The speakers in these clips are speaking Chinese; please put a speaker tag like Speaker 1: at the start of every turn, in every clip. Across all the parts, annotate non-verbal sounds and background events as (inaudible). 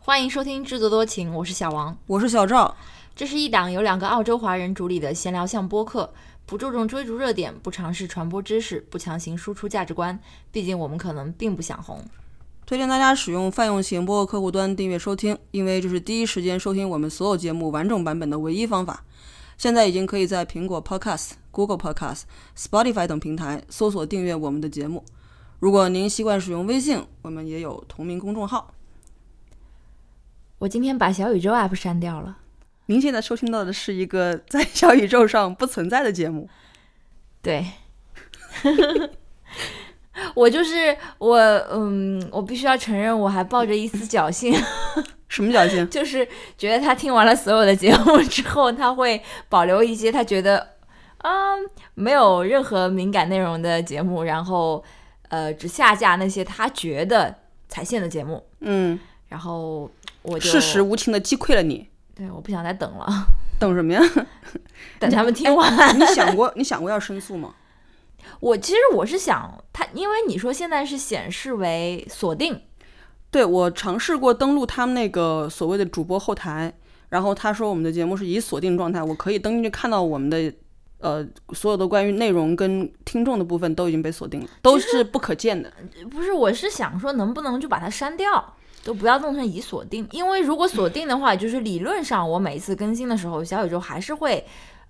Speaker 1: 欢迎收听《制作多情》，我是小王。
Speaker 2: 我是小赵，
Speaker 1: 这是一档由两个澳洲华人主理的闲聊向播客，不注重追逐热点，不尝试传播知识，不强行输出价值观。毕竟我们可能并不想红。
Speaker 2: 推荐大家使用泛用型播客客户端订阅收听，因为这是第一时间收听我们所有节目完整版本的唯一方法。现在已经可以在苹果 Podcast、Google Podcast、Spotify 等平台搜索订阅我们的节目。如果您习惯使用微信，我们也有同名公众号。
Speaker 1: 我今天把小宇宙 app 删掉了。
Speaker 2: 您现在收听到的是一个在小宇宙上不存在的节目。
Speaker 1: 对， (laughs) 我就是我，嗯，我必须要承认，我还抱着一丝侥幸，
Speaker 2: 什么侥幸？
Speaker 1: 就是觉得他听完了所有的节目之后，他会保留一些他觉得，嗯，没有任何敏感内容的节目，然后呃，只下架那些他觉得踩线的节目，
Speaker 2: 嗯，
Speaker 1: 然后我就
Speaker 2: 事实，无情的击溃了你。
Speaker 1: 对，我不想再等了，
Speaker 2: 等什么呀？ (laughs)
Speaker 1: 等他们听完。 (laughs)
Speaker 2: 你想过你想过要申诉吗？
Speaker 1: 我其实我是想他，因为你说现在是显示为锁定，
Speaker 2: 对我尝试过登录他们那个所谓的主播后台，然后他说我们的节目是已锁定状态，我可以登进去看到我们的呃所有的关于内容跟听众的部分都已经被锁定了，都是不可见的。
Speaker 1: 不是，我是想说能不能就把它删掉，都不要弄成已锁定，因为如果锁定的话，就是理论上我每一次更新的时候，小宇宙还是会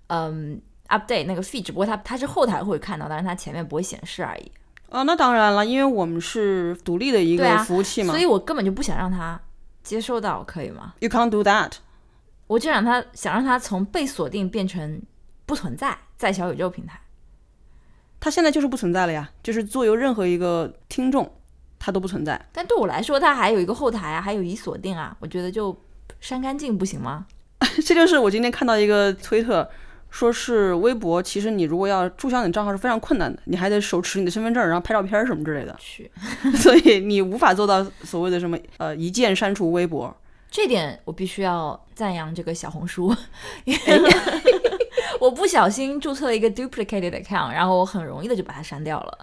Speaker 1: 嗯 update 那个 feed，只不过它它是后台会看到，但是它前面不会显示而已，
Speaker 2: 啊，那当然了，因为我们是独立的一
Speaker 1: 对
Speaker 2: 个
Speaker 1: 啊
Speaker 2: 服务器嘛、
Speaker 1: 所以我根本就不想让它接收到，可以吗？
Speaker 2: y o u can't do that。
Speaker 1: 我就想它想让它从被锁定变成不存在在小宇宙平台。
Speaker 2: 它现在就是不存在了呀，就是作为任何一个听众，它都不存在。 (laughs)
Speaker 1: 但对我来说，它还有一个后台啊，还有已锁定啊，我觉得就删干净不行吗？
Speaker 2: 这就是我今天看到一个推特，说是微博，其实你如果要注销你的账号是非常困难的，你还得手持你的身份证，然后拍照片儿什么之类的。
Speaker 1: 去，
Speaker 2: 所以你无法做到所谓的什么呃一键删除微博。
Speaker 1: 这点我必须要赞扬这个小红书，因为 (laughs) 我不小心注册了一个 duplicated account，然后我很容易的就把它删掉了。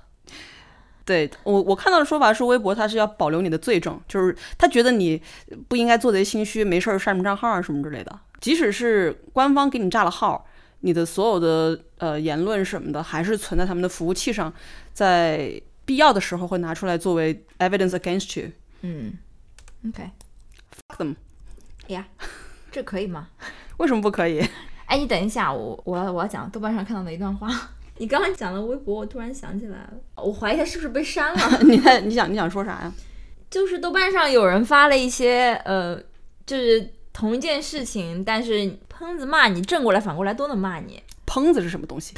Speaker 2: 对我我看到的说法是，微博它是要保留你的罪证，就是他觉得你不应该做贼心虚，没事儿删什么账号啊什么之类的。即使是官方给你炸了号，你的所有的呃言论什么的，还是存在他们的服务器上，在必要的时候会拿出来作为 evidence against you。
Speaker 1: 嗯，OK，
Speaker 2: Fuck them，
Speaker 1: 这可以吗？
Speaker 2: 为什么不可以？ (laughs)
Speaker 1: 哎，你等一下，我我要我要讲豆瓣上看到的一段话。 (laughs) 你刚刚讲了微博，我突然想起来了，我怀疑它是不是被删了。 (laughs)
Speaker 2: 你在你想你想说啥呀？
Speaker 1: 就是豆瓣上有人发了一些呃，就是同一件事情，但是喷子骂你，正过来反过来都能骂你。
Speaker 2: 喷子是什么东西？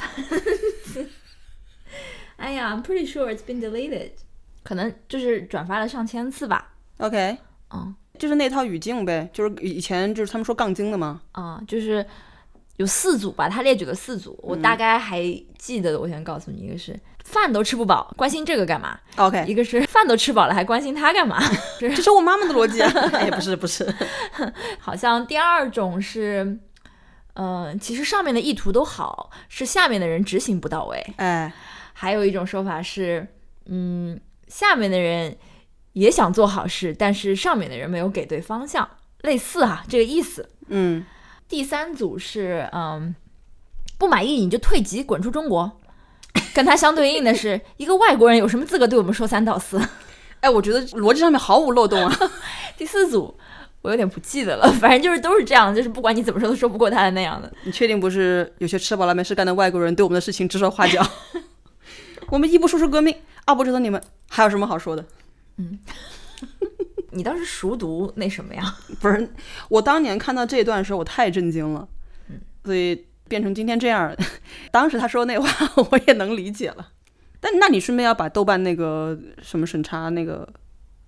Speaker 1: 哎呀，I'm pretty sure it's been deleted，可能就是转发了上千次吧。
Speaker 2: OK，
Speaker 1: 嗯
Speaker 2: 就是那套语境呗，就是以前就是他们说杠精的嘛。
Speaker 1: 啊、就是有四组吧，他列举了四组，我大概还记得的。我先告诉你，一个是饭都吃不饱，关心这个干嘛？
Speaker 2: OK，
Speaker 1: 一个是饭都吃饱了，还关心他干嘛？ (laughs)
Speaker 2: 这是我妈妈的逻辑 (laughs) 啊。也不是不是，
Speaker 1: 好像第二种是。嗯，其实上面的意图都好，是下面的人执行不到位。
Speaker 2: (laughs) 哎，
Speaker 1: 还有一种说法是，嗯，下面的人也想做好事，但是上面的人没有给对方向，类似啊这个意思。
Speaker 2: 嗯，
Speaker 1: 第三组是，嗯，不满意你就退级，滚出中国。跟他相对应的是，一个外国人有什么资格对我们说三道四？ (laughs)
Speaker 2: 哎，我觉得逻辑上面毫无漏洞啊。
Speaker 1: 第四组我有点不记得了，反正就是都是这样，就是不管你怎么说都说不过他的那样的。
Speaker 2: (laughs) 你确定不是有些吃饱了没事干的外国人对我们的事情指手画脚？ (laughs) 我们一不说出革命，二不折腾你们，还有什么好说的？
Speaker 1: 你倒是熟读那什么呀？
Speaker 2: 不是，我当年看到这一段的时候，我太震惊了，所以变成今天这样。 (laughs) 当时他说那话， (laughs) 我也能理解了。但那你顺便要把豆瓣那个什么审查那个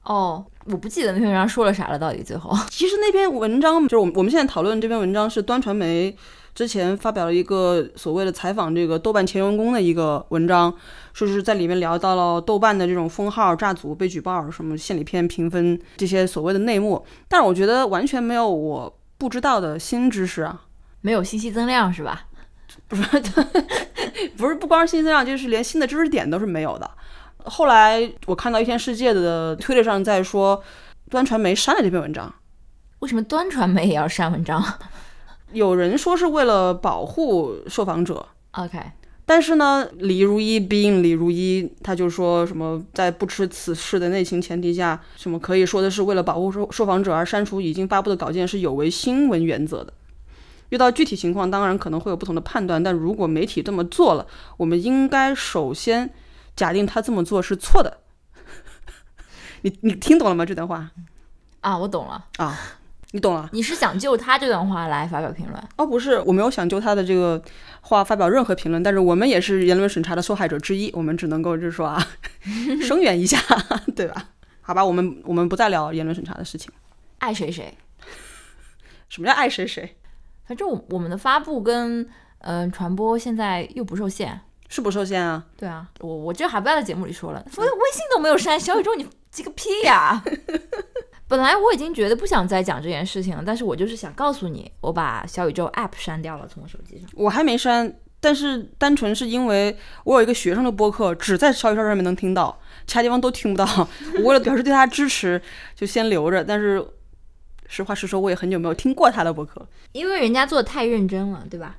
Speaker 1: 哦，我不记得那篇文章说了啥了，到底最后。
Speaker 2: 其实那篇文章就是我们我们现在讨论这篇文章是端传媒之前发表了一个所谓的采访这个豆瓣前员工的一个文章，说是在里面聊到了豆瓣的这种封号炸组被举报、啊什么献礼片评分这些所谓的内幕，但是我觉得完全没有我不知道的新知识啊。
Speaker 1: 没有信息增量是吧？
Speaker 2: 不是不光是信息量，就是连新的知识点都是没有的。后来我看到一天世界的推特上在说，端传媒删了这篇文章，
Speaker 1: 为什么端传媒也要删文章
Speaker 2: 有人说是为了保护受访者，
Speaker 1: ？OK，
Speaker 2: 但是呢，李如一 being 李如一，他就说什么在不吃此事的内情前提下，什么可以说的是为了保护受受访者而删除已经发布的稿件是有违新闻原则的。遇到具体情况，当然可能会有不同的判断，但如果媒体这么做了，我们应该首先假定他这么做是错的。 (laughs) 你你听懂了吗？这段话
Speaker 1: 啊，我懂了，
Speaker 2: 啊，你懂了。
Speaker 1: 你是想就他这段话来发表评论？
Speaker 2: 哦，不是，我没有想就他的这个话发表任何评论，但是我们也是言论审查的受害者之一，我们只能够就是说啊， (laughs) 声援一下， (laughs) 对吧？好吧，我们我们不再聊言论审查的事情。
Speaker 1: 爱谁谁，
Speaker 2: 什么叫爱谁谁？
Speaker 1: 反正我我们的发布跟嗯、呃传播现在又不受限。
Speaker 2: 是不受限啊？
Speaker 1: 对啊，我我这还不要在节目里说了，我微信都没有删，小宇宙你急个屁 (laughs) 呀、本来我已经觉得不想再讲这件事情了，但是我就是想告诉你，我把小宇宙 App 删掉了，从我手机上。
Speaker 2: 我还没删，但是单纯是因为我有一个学生的播客，只在小宇宙上面能听到，其他地方都听不到。 (laughs) 我为了表示对他支持，就先留着。但是实话实说，我也很久没有听过他的播客了。
Speaker 1: 因为人家做的太认真了，对吧？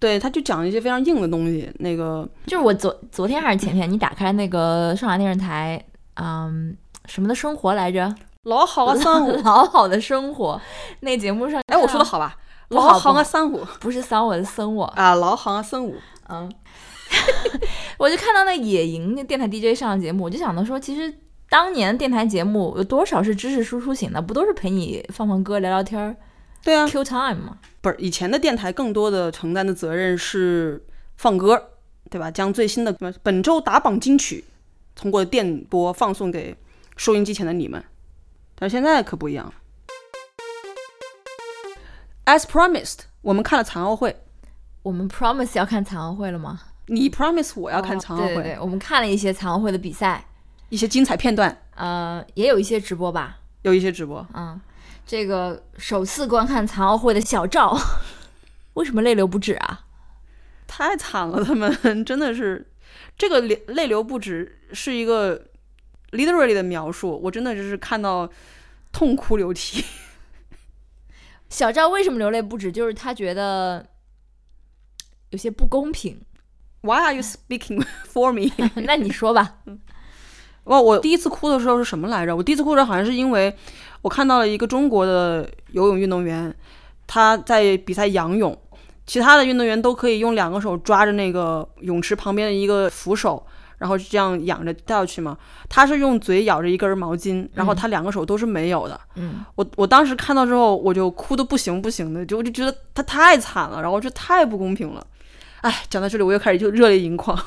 Speaker 2: 对，他就讲一些非常硬的东西，那个
Speaker 1: 就是我昨昨天还是前天，你打开那个上海电视台，嗯，什么的生活来着？。
Speaker 2: 老好啊，三五
Speaker 1: 老好的生活那节目上，
Speaker 2: 哎，我说的好吧？
Speaker 1: 不
Speaker 2: 老
Speaker 1: 好
Speaker 2: 行
Speaker 1: 不好
Speaker 2: 啊，三五
Speaker 1: 不是桑我是森我，
Speaker 2: 啊，老行啊，三五。
Speaker 1: 嗯， (laughs) 我就看到那野营那电台 DJ 上的节目，我就想到说，其实当年电台节目有多少是知识输出型的，不都是陪你放放歌、聊聊天儿、
Speaker 2: 对啊，
Speaker 1: Q time 吗？
Speaker 2: 不是以前的电台更多的承担的责任是放歌，对吧？将最新的本周打榜金曲通过电波放送给收音机前的你们，但是现在可不一样了。As promised，我们看了残奥会，
Speaker 1: 我们 Promise 要看残奥会了吗？啊
Speaker 2: 你 promise 我要看残奥
Speaker 1: 对对
Speaker 2: 会，
Speaker 1: 对，我们看了一些残奥会的比赛，
Speaker 2: 一些精彩片段，
Speaker 1: 呃，也有一些直播吧，
Speaker 2: 有一些直播。
Speaker 1: 嗯，这个首次观看残奥会的小赵， (laughs) 为什么泪流不止啊？
Speaker 2: 太惨了，他们真的是这个泪泪流不止是一个 literally 的描述，我真的就是看到痛哭流涕。 (laughs)
Speaker 1: 小赵为什么流泪不止？就是他觉得有些不公平。 (laughs)
Speaker 2: Why are you speaking for me？
Speaker 1: 那你说吧。
Speaker 2: 哇，我第一次哭的时候是什么来着？我第一次哭的时候好像是因为我看到了一个中国的游泳运动员，他在比赛仰泳，其他的运动员都可以用两个手抓着那个泳池旁边的一个扶手，然后这样仰着掉下去嘛。他是用嘴咬着一根毛巾，然后他两个手都是没有的。
Speaker 1: 嗯，
Speaker 2: 我我当时看到之后，我就哭的不行不行的，就我就觉得他太惨了，然后我觉得太不公平了。哎，讲到这里我又开始就热泪盈眶。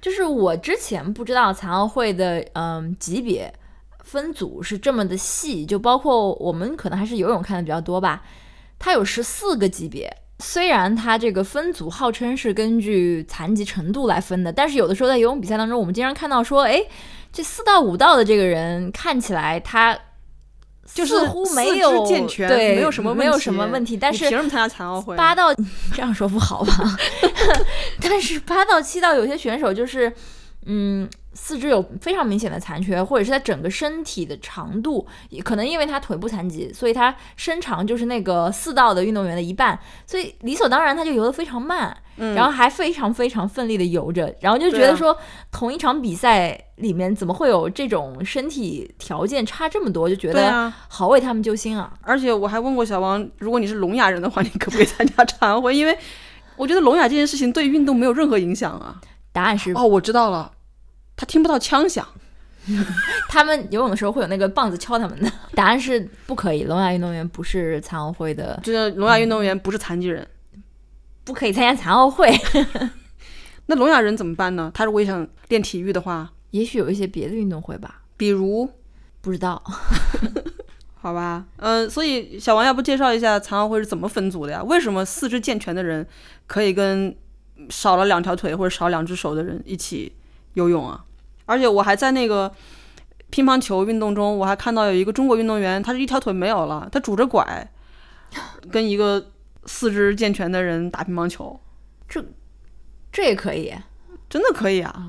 Speaker 1: 就是我之前不知道残奥会的嗯级别分组是这么的细，就包括我们可能还是游泳看的比较多吧，它有十四个级别。虽然它这个分组号称是根据残疾程度来分的，但是有的时候在游泳比赛当中，我们经常看到说，哎，这四到五道的这个人看起来他
Speaker 2: 就是
Speaker 1: 似乎没
Speaker 2: 四肢
Speaker 1: 有
Speaker 2: 健全，
Speaker 1: 对，
Speaker 2: 没有什么问
Speaker 1: 没有什么问题，但
Speaker 2: 你
Speaker 1: 是
Speaker 2: 凭什么参加残奥会？啊
Speaker 1: 八到 (laughs) 这样说不好吧？ (laughs) 但是八到七到有些选手就是，嗯，四肢有非常明显的残缺，或者是他整个身体的长度，也可能因为他腿部残疾，所以他身长就是那个四道的运动员的一半，所以理所当然他就游得非常慢，
Speaker 2: 嗯
Speaker 1: 然后还非常非常奋力的游着，然后就觉
Speaker 2: 对啊
Speaker 1: 得说，同一场比赛里面怎么会有这种身体条件差这么多，就觉
Speaker 2: 对
Speaker 1: 得
Speaker 2: 啊，
Speaker 1: 好为他们揪心啊。
Speaker 2: 而且我还问过小王，如果你是聋哑人的话，你可不可以参加残奥会？因为我觉得聋哑这件事情对运动没有任何影响啊。
Speaker 1: 答案是
Speaker 2: 哦，我知道了，他听不到枪响。
Speaker 1: 他们游泳的时候会有那个棒子敲他们的。 (laughs) 答案是不可以，聋哑运动员不是残奥会的， (laughs)
Speaker 2: 就是聋哑运动员不是残疾人，
Speaker 1: 不可以参加残奥会。
Speaker 2: 那聋哑人怎么办呢？他如果也想练体育的话，
Speaker 1: 也许有一些别的运动会吧，
Speaker 2: 比如。
Speaker 1: 不知道。
Speaker 2: 好吧，嗯、所以小王要不介绍一下残奥会是怎么分组的呀？为什么四肢健全的人可以跟少了两条腿或者少两只手的人一起游泳啊？而且我还在那个乒乓球运动中，我还看到有一个中国运动员，他是一条腿没有了，他拄着拐，
Speaker 1: (laughs)
Speaker 2: 跟一个四肢健全的人打乒乓球，
Speaker 1: 这也可以，
Speaker 2: 真的可以啊！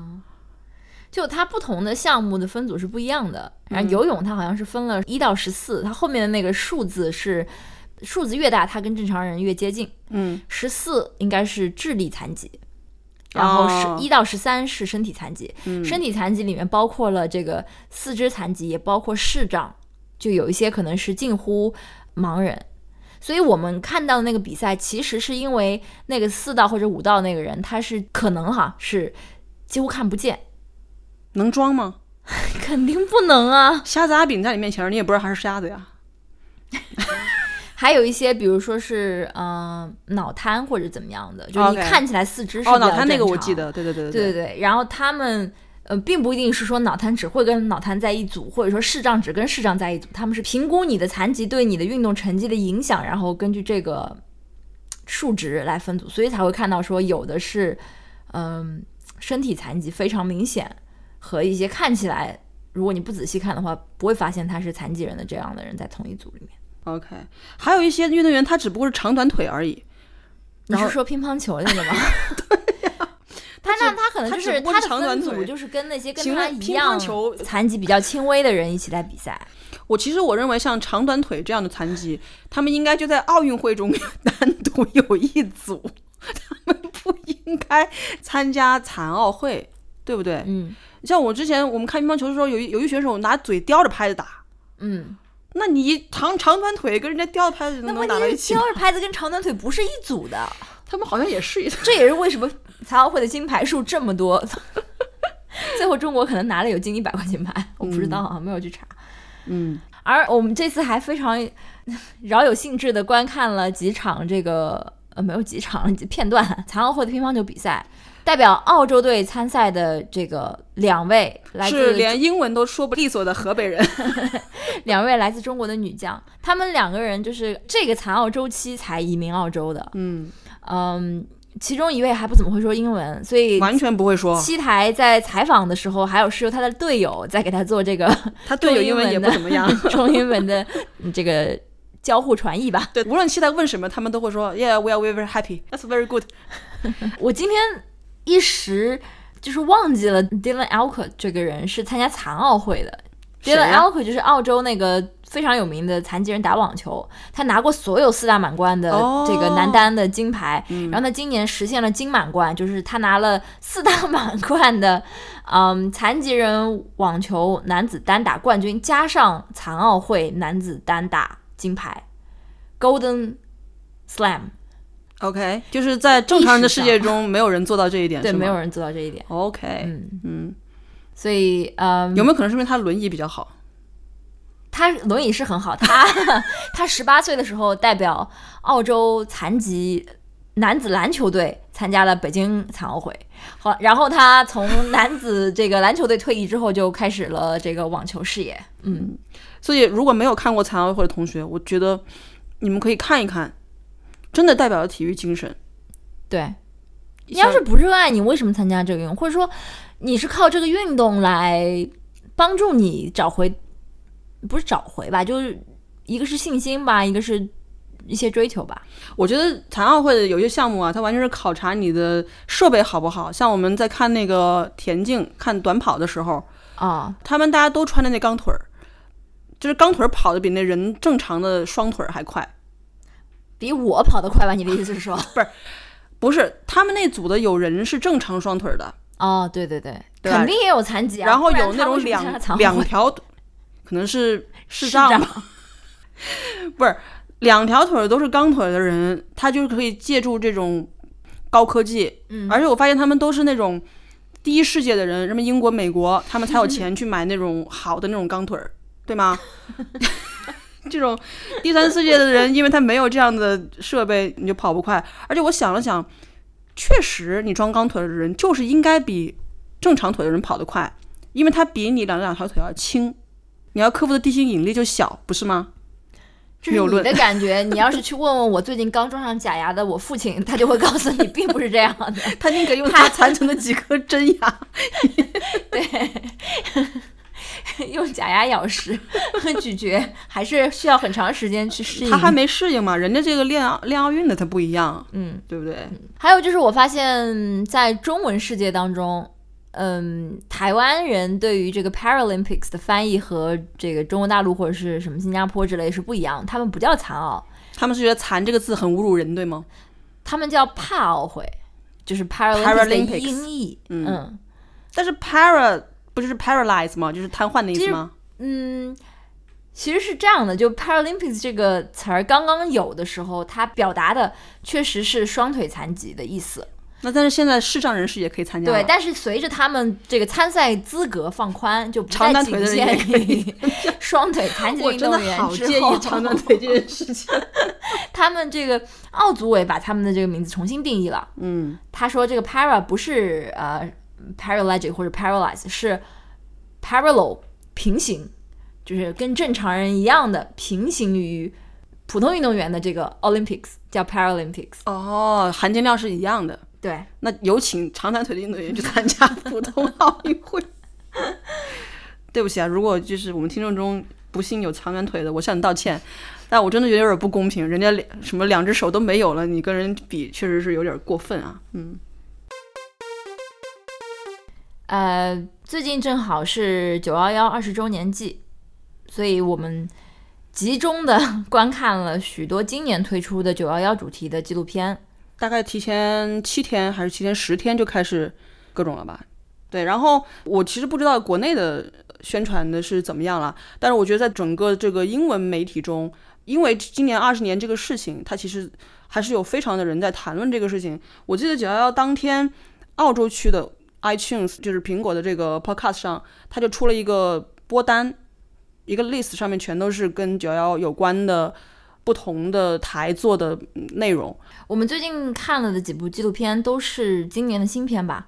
Speaker 1: 就它不同的项目的分组是不一样的。然后游泳它好像是分了一到十四，它后面的那个数字是数字越大，它跟正常人越接近。
Speaker 2: 嗯，
Speaker 1: 十四应该是智力残疾，然后
Speaker 2: 哦嗯
Speaker 1: 十一到十三是身体残疾。身体残疾里面包括了这个四肢残疾，也包括视障，就有一些可能是近乎盲人。所以我们看到的那个比赛，其实是因为那个四道或者五道那个人，他是可能哈是几乎看不见， (laughs)
Speaker 2: 能装吗？
Speaker 1: 肯定不能啊。
Speaker 2: 瞎子阿炳在你面前，你也不知道他是瞎子呀。
Speaker 1: 还有一些，比如说是嗯、呃脑瘫或者怎么样的，就是你
Speaker 2: OK
Speaker 1: 看起来四肢是
Speaker 2: 哦，
Speaker 1: 比较
Speaker 2: 脑瘫那个
Speaker 1: 正
Speaker 2: 我
Speaker 1: 常
Speaker 2: 记得，对对对
Speaker 1: 对对对，然后他们呃，并不一定是说脑瘫只会跟脑瘫在一组，或者说视障只跟视障在一组，他们是评估你的残疾对你的运动成绩的影响，然后根据这个数值来分组，所以才会看到说有的是嗯、身体残疾非常明显，和一些看起来如果你不仔细看的话不会发现他是残疾人的这样的人在同一组里面。
Speaker 2: OK，还有一些运动员他只不过是长短腿而已，
Speaker 1: 你
Speaker 2: 然
Speaker 1: 是
Speaker 2: 后
Speaker 1: 说乒乓球那 (laughs) 个吗？他那他可能
Speaker 2: 他
Speaker 1: 就
Speaker 2: 只
Speaker 1: 是
Speaker 2: 不过
Speaker 1: 他
Speaker 2: 是
Speaker 1: 的
Speaker 2: 长
Speaker 1: 分
Speaker 2: 短
Speaker 1: 组
Speaker 2: 腿
Speaker 1: 就是跟那些跟
Speaker 2: 请
Speaker 1: 他
Speaker 2: 问
Speaker 1: 一
Speaker 2: 乒乓
Speaker 1: 样
Speaker 2: 球
Speaker 1: 残疾比较轻微的人一起来比赛，
Speaker 2: 我其实我认为像长短腿这样的残疾，他们应该就在奥运会中单独有一组， (laughs) 他们不应该参加残奥会，对不对？
Speaker 1: 嗯
Speaker 2: 像我之前我们看乒乓球的时候，有一有一选手拿嘴叼着拍子打，
Speaker 1: 嗯，
Speaker 2: 那你长长短腿跟人家叼着拍子
Speaker 1: 那
Speaker 2: 能
Speaker 1: 问
Speaker 2: 打到一
Speaker 1: 题是
Speaker 2: 起吗
Speaker 1: 标？着拍子跟长短腿不是一组的，
Speaker 2: 他们好像也是一样。
Speaker 1: 这也是为什么残奥会的金牌数这么多。 (laughs) 最后中国可能拿了有近一百块金牌，我不知道啊，没有去查。
Speaker 2: 嗯，
Speaker 1: 而我们这次还非常 (laughs) 饶有兴致的观看了几场这个呃没有几场几片段残奥会的乒乓球比赛，代表澳洲队参赛的这个两位来
Speaker 2: 是
Speaker 1: 自
Speaker 2: 连英文都说不利索的河北人。
Speaker 1: 两位来自中国的女将，她们两个人就是这个残奥周期才移民澳洲的，
Speaker 2: 嗯，
Speaker 1: 嗯，其中一位还不怎么会说英文，所以。
Speaker 2: 嗯完全不会说，
Speaker 1: 七台在采访的时候，还有是由他的队友在给他做这个 (laughs)
Speaker 2: 他队友
Speaker 1: 中英
Speaker 2: 英文
Speaker 1: 文
Speaker 2: 也
Speaker 1: 的
Speaker 2: 不怎么样。
Speaker 1: 中英文的嗯这个交互传译吧。
Speaker 2: 对，无论期待问什么，他们都会说 Yeah, we are very happy. That's very good.
Speaker 1: 我今天一时就是忘记了 Dylan Alcott 这个人是参加残奥会的。
Speaker 2: 谁
Speaker 1: Dylan
Speaker 2: 呀
Speaker 1: Alcott 就是澳洲那个非常有名的残疾人打网球，他拿过所有四大满贯的
Speaker 2: 哦
Speaker 1: 这个男单的金牌，
Speaker 2: 嗯
Speaker 1: 然后他今年实现了金满贯，就是他拿了四大满贯的， (laughs) 嗯，残疾人网球男子单打冠军，加上残奥会男子单打金牌，Golden Slam，
Speaker 2: OK，就是在正常人的世界中，没有人做到这一点，
Speaker 1: 对，
Speaker 2: 是吗
Speaker 1: 没有人做到这一点，
Speaker 2: OK，
Speaker 1: 嗯。
Speaker 2: 嗯，
Speaker 1: 所以，嗯，
Speaker 2: 有没有可能是因为他轮椅比较好？
Speaker 1: 他轮椅是很好， (laughs) 他他十八岁的时候代表澳洲残疾男子篮球队参加了北京残奥会，好，然后他从男子这个篮球队退役之后，就开始了这个网球事业。嗯，
Speaker 2: 所以如果没有看过残奥会的同学，我觉得你们可以看一看，真的代表了体育精神。
Speaker 1: 对，你要是不热爱，你为什么参加这个运动？或者说，你是靠这个运动来帮助你找回，不是找回吧，就是一个是信心吧，一个是一些追求吧。
Speaker 2: 我觉得残奥会的有些项目啊，它完全是考察你的设备好不好。像我们在看那个田径、看短跑的时候，
Speaker 1: 啊、
Speaker 2: 他们大家都穿的那钢腿儿，就是钢腿儿跑的比那人正常的双腿儿还快。
Speaker 1: 比我跑得快吧？你的意思是说？
Speaker 2: 不是，他们那组的有人是正常双腿儿的，
Speaker 1: 哦，对对对，
Speaker 2: 对吧
Speaker 1: 肯定也有残疾啊。
Speaker 2: 然后
Speaker 1: 不
Speaker 2: 有那
Speaker 1: 他为
Speaker 2: 种
Speaker 1: 什么参加残
Speaker 2: 两
Speaker 1: 奥
Speaker 2: 两
Speaker 1: 会
Speaker 2: 条腿，可能是视
Speaker 1: 视
Speaker 2: 障
Speaker 1: 障 (laughs)
Speaker 2: 吧，不是两条腿都是钢腿的人，他就是可以借助这种高科技，
Speaker 1: 嗯
Speaker 2: 而且我发现他们都是那种第一世界的人，什么英国、美国，他们才有钱去买那种好的那种钢腿儿，对吗？ (laughs) 这种第三世界的人，因为他没有这样的设备，你就跑不快。而且我想了想，确实你装钢腿的人就是应该比正常腿的人跑得快，因为他比你两两条腿要轻，你要克服的地心引力就小，不是吗？
Speaker 1: 这
Speaker 2: 谬
Speaker 1: 是你
Speaker 2: 论
Speaker 1: 的感觉。你要是去问问我最近刚装上假牙的我父亲，他就会告诉你，并不是这样的。
Speaker 2: (laughs) 他宁可用
Speaker 1: (laughs)
Speaker 2: 他残存的几颗真牙。
Speaker 1: 用假牙咬食、咀嚼，还是需要很长时间去适应。
Speaker 2: (laughs) 他还没适应嘛，人家这个练奥练奥运的他不一样，
Speaker 1: 嗯，
Speaker 2: 对不对？
Speaker 1: 还有就是我发现，在中文世界当中，嗯，台湾人对于这个 Paralympics 的翻译和这个中国大陆或者是什么新加坡之类是不一样，他们不叫残奥，
Speaker 2: 他们是觉得“残”这个字很侮辱人，对吗？
Speaker 1: 他们叫帕奥会，就是 Paralympics 的
Speaker 2: Paralympics
Speaker 1: 音译。
Speaker 2: 嗯
Speaker 1: 嗯
Speaker 2: 但是 “para” 不就是 “paralyze” 吗？就是瘫痪的意
Speaker 1: 其
Speaker 2: 思
Speaker 1: 实
Speaker 2: 吗？
Speaker 1: 嗯，其实是这样的，就 Paralympics 这个词儿刚刚有的时候，它表达的确实是双腿残疾的意思。
Speaker 2: 那但是现在视障人士也可以参加了，
Speaker 1: 对，但是随着他们这个参赛资格放宽，就不
Speaker 2: 长
Speaker 1: 再
Speaker 2: 短腿
Speaker 1: 仅
Speaker 2: 的人也
Speaker 1: 限
Speaker 2: 可以
Speaker 1: 于双腿残疾
Speaker 2: 我
Speaker 1: 运
Speaker 2: 真
Speaker 1: 动
Speaker 2: 的
Speaker 1: 员
Speaker 2: 好
Speaker 1: 之
Speaker 2: 介
Speaker 1: 后
Speaker 2: 意长短腿这件事情。
Speaker 1: (laughs) 他们这个奥组委把他们的这个名字重新定义了。
Speaker 2: 嗯，
Speaker 1: 他说这个 para 不是呃 paralytic 或者 paralyzed，是 parallel 平行，就是跟正常人一样的平行于普通运动员的这个 Olympics 叫 Paralympics。
Speaker 2: 哦，含金量是一样的。
Speaker 1: 对，
Speaker 2: 那有请长短腿的运动员去参加普通奥运会。对不起啊，如果就是我们听众中不幸有长短腿的，我向你道歉。但我真的觉得有点不公平，人家两什么两只手都没有了，你跟人比确实是有点过分啊。嗯，
Speaker 1: 呃，最近正好是九幺幺二十周年季，所以我们集中的观看了许多今年推出的九幺幺主题的纪录片。
Speaker 2: 大概提前七天还是提前十天就开始各种了吧？对，然后我其实不知道国内的宣传的是怎么样了，但是我觉得在整个这个英文媒体中，因为今年二十年这个事情，它其实还是有非常的人在谈论这个事情。我记得九幺幺当天，澳洲区的 iTunes 就是苹果的这个 Podcast 上，它就出了一个播单，一个 list 上面全都是跟九幺幺有关的不同的台做的嗯内容。
Speaker 1: 我们最近看了的几部纪录片都是今年的新片吧？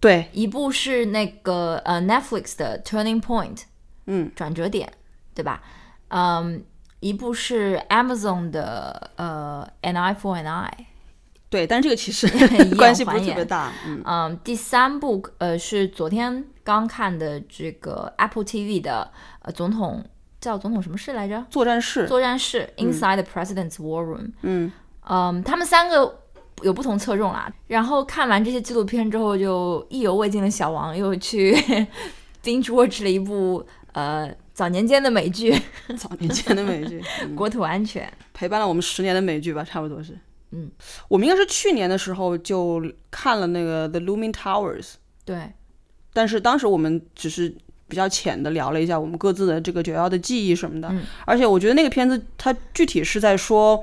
Speaker 2: 对，
Speaker 1: 一部是那个呃 Netflix 的《Turning Point》
Speaker 2: 嗯，
Speaker 1: 转折点，对吧？嗯，一部是 Amazon 的呃《An Eye for an Eye
Speaker 2: 对，但是这个 (laughs) 其实
Speaker 1: 眼
Speaker 2: 关系不是
Speaker 1: 还
Speaker 2: 特别
Speaker 1: 眼
Speaker 2: 大。嗯》，，
Speaker 1: 嗯，第三部呃是昨天刚看的这个 Apple TV 的呃总统叫总统什么事来着？
Speaker 2: 作战室，
Speaker 1: 作战室 Inside the President's War Room。
Speaker 2: 嗯，
Speaker 1: 嗯，他们三个有不同侧重啦。然后看完这些纪录片之后，就意犹未尽的小王又去 (laughs) binge watch 了一部呃早年间的美剧《
Speaker 2: 早年间的美 (laughs) 剧，嗯
Speaker 1: 国土安全》。
Speaker 2: 陪伴了我们十年的美剧吧，差不多是。
Speaker 1: 嗯，
Speaker 2: 我们应该是去年的时候就看了那个《The Looming Towers》，
Speaker 1: 对，
Speaker 2: 但是当时我们只是比较浅的聊了一下我们各自的这个九幺的记忆什么的，
Speaker 1: 嗯
Speaker 2: 而且我觉得那个片子它具体是在说，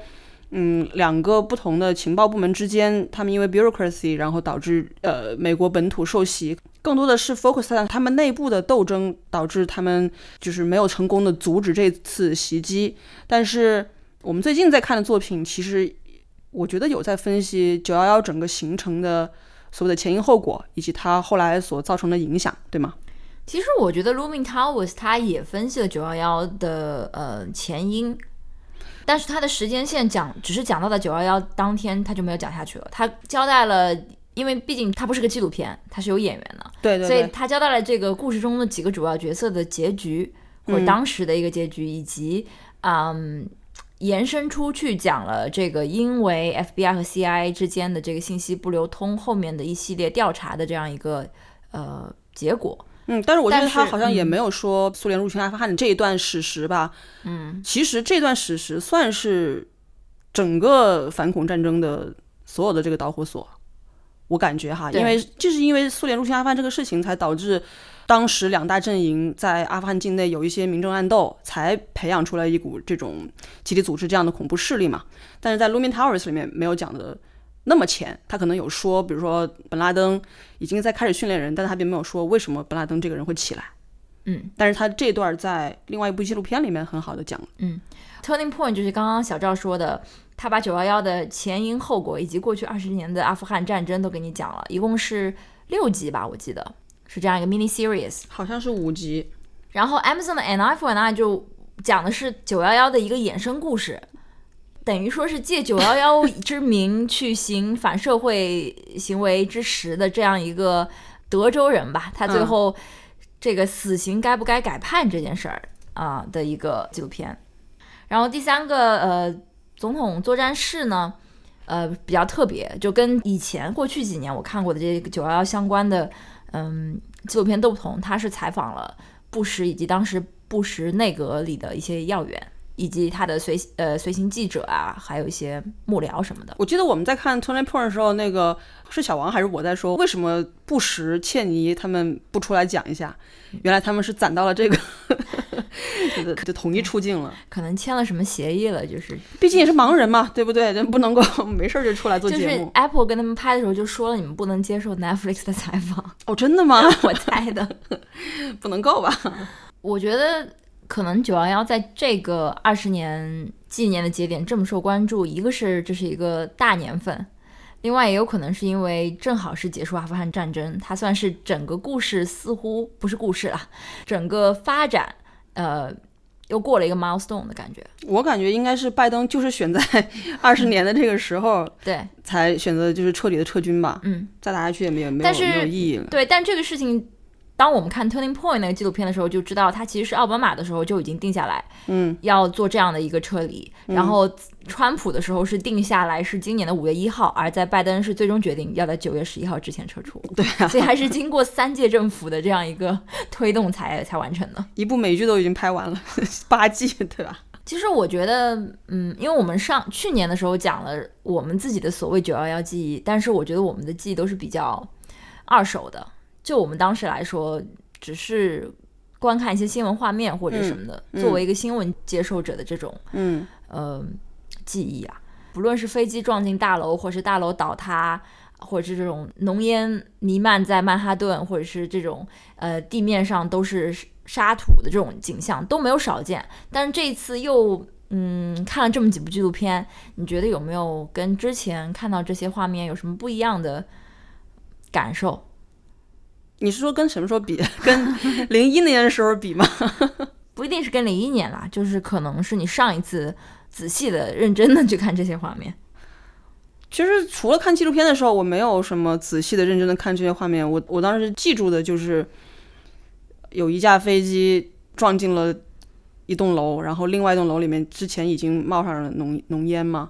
Speaker 2: 嗯，两个不同的情报部门之间，他们因为 bureaucracy，然后导致呃美国本土受袭，更多的是 focus 在他们内部的斗争，导致他们就是没有成功的阻止这次袭击。但是我们最近在看的作品，其实我觉得有在分析九幺幺整个形成的。所谓的前因后果，以及它后来所造成的影响，对吗？
Speaker 1: 其实我觉得 Looming Towers 它也分析了九幺幺的呃前因。但是它的时间线讲只是讲到了九幺幺当天，他就没有讲下去了。他交代了，因为毕竟它不是个纪录片，它是有演员的，
Speaker 2: 对对
Speaker 1: 所以他交代了这个故事中的几个主要角色的结局，或
Speaker 2: 嗯
Speaker 1: 者当时的一个结局，以及嗯。延伸出去讲了这个，因为 FBI 和 CIA 之间的这个信息不流通，后面的一系列调查的这样一个呃结果。
Speaker 2: 嗯，但是我觉得
Speaker 1: 但
Speaker 2: 他
Speaker 1: 是
Speaker 2: 好像也没有说苏联入侵阿富汗的这一段史实吧。嗯，其实这段史实算是整个反恐战争的所有的这个导火索，我感觉哈，
Speaker 1: 对
Speaker 2: 因为就是因为苏联入侵阿富汗这个事情，才导致当时两大阵营在阿富汗境内有一些明争暗斗，才培养出来一股这种集体组织这样的恐怖势力嘛。但是在 Lumin Towers 里面没有讲的那么浅，他可能有说，比如说本拉登已经在开始训练人，但他并没有说为什么本拉登这个人会起来。
Speaker 1: 嗯，
Speaker 2: 但是他这段在另外一部纪录片里面很好的讲了。
Speaker 1: Turning Point 就是刚刚小赵说的，他把九幺幺的前因后果以及过去二十年的阿富汗战争都给你讲了，一共是六集吧，我记得是这样一个 mini series。
Speaker 2: 好像是五集，
Speaker 1: 然后 Amazon 的 An Eye for an Eye 就讲的是九幺幺的一个衍生故事，等于说是借九幺幺之名去行反社会行为之实的这样一个德州人吧，他最
Speaker 2: 嗯
Speaker 1: 后这个死刑该不该改判这件事儿啊、的一个纪录片。然后第三个呃，总统作战室呢，呃比较特别，就跟以前过去几年我看过的这个九幺幺相关的嗯，纪录片《斗篷》，他是采访了布什以及当时布什内阁里的一些要员，以及他的随呃随行记者啊，还有一些幕僚什么的。
Speaker 2: 我记得我们在看《Tony p o r n 的时候，那个是小王还是我在说，为什么布什、切尼他们不出来讲一下？原来他们是攒到了这个就，就统一出镜了。
Speaker 1: 可能签了什么协议了，就是
Speaker 2: 毕竟也是盲人嘛，对不对？人不能够 (laughs) 没事儿就出来做
Speaker 1: 就
Speaker 2: 节
Speaker 1: 是
Speaker 2: 目。
Speaker 1: Apple 跟他们拍的时候就说了，你们不能接受 Netflix 的采访， (laughs)
Speaker 2: 哦，真的吗？ (laughs)
Speaker 1: 我猜的。
Speaker 2: 不能够吧？
Speaker 1: 我觉得可能九幺幺在这个二十年纪念的节点这么受关注，一个是这是一个大年份，另外也有可能是因为正好是结束阿富汗战争，它算是整个故事似乎不是故事啦，整个发展呃又过了一个 milestone 的感觉。
Speaker 2: 我感觉应该是拜登就是选在 (laughs) 二十年的这个时候
Speaker 1: 对
Speaker 2: 才选择就是彻底的撤军吧，
Speaker 1: 嗯，
Speaker 2: 再打下去也没有没
Speaker 1: 但
Speaker 2: 有
Speaker 1: 是
Speaker 2: 没有意义了。
Speaker 1: 对，但这个事情。当我们看《Turning Point》那个纪录片的时候，就知道它其实是奥巴马的时候就已经定下来，
Speaker 2: (laughs) 嗯，
Speaker 1: 要做这样的一个撤离，然后川普的时候是定下来是今年的五月一号，而在拜登是最终决定要在九月十一号之前撤出，
Speaker 2: 对啊，
Speaker 1: 所以还是经过三届政府的这样一个推动才才完成的。
Speaker 2: 一部美剧都已经拍完了，八季对吧？
Speaker 1: 其实我觉得，嗯，因为我们上去年的时候讲了我们自己的所谓九幺幺记忆，但是我觉得我们的记忆都是比较二手的，就我们当时来说，只是观看一些新闻画面或者什么的，
Speaker 2: 嗯嗯
Speaker 1: 作为一个新闻接受者的这种
Speaker 2: 嗯，
Speaker 1: 呃记忆啊，不论是飞机撞进大楼，或是大楼倒塌，或者是这种浓烟弥漫在曼哈顿，或者是这种呃地面上都是沙土的这种景象都没有少见。但是这一次又嗯看了这么几部纪录片，你觉得有没有跟之前看到这些画面有什么不一样的感受？
Speaker 2: 你是说跟什么时 (laughs) 候比？跟零一年的时候比吗？
Speaker 1: 不一定是跟零一年啦，就是可能是你上一次仔细的、认真的去看这些画面。
Speaker 2: 其实除了看纪录片的时候，我没有什么仔细的、认真的看这些画面。我我当时记住的就是，有一架飞机撞进了一栋楼，然后另外一栋楼里面之前已经冒上了浓浓烟嘛。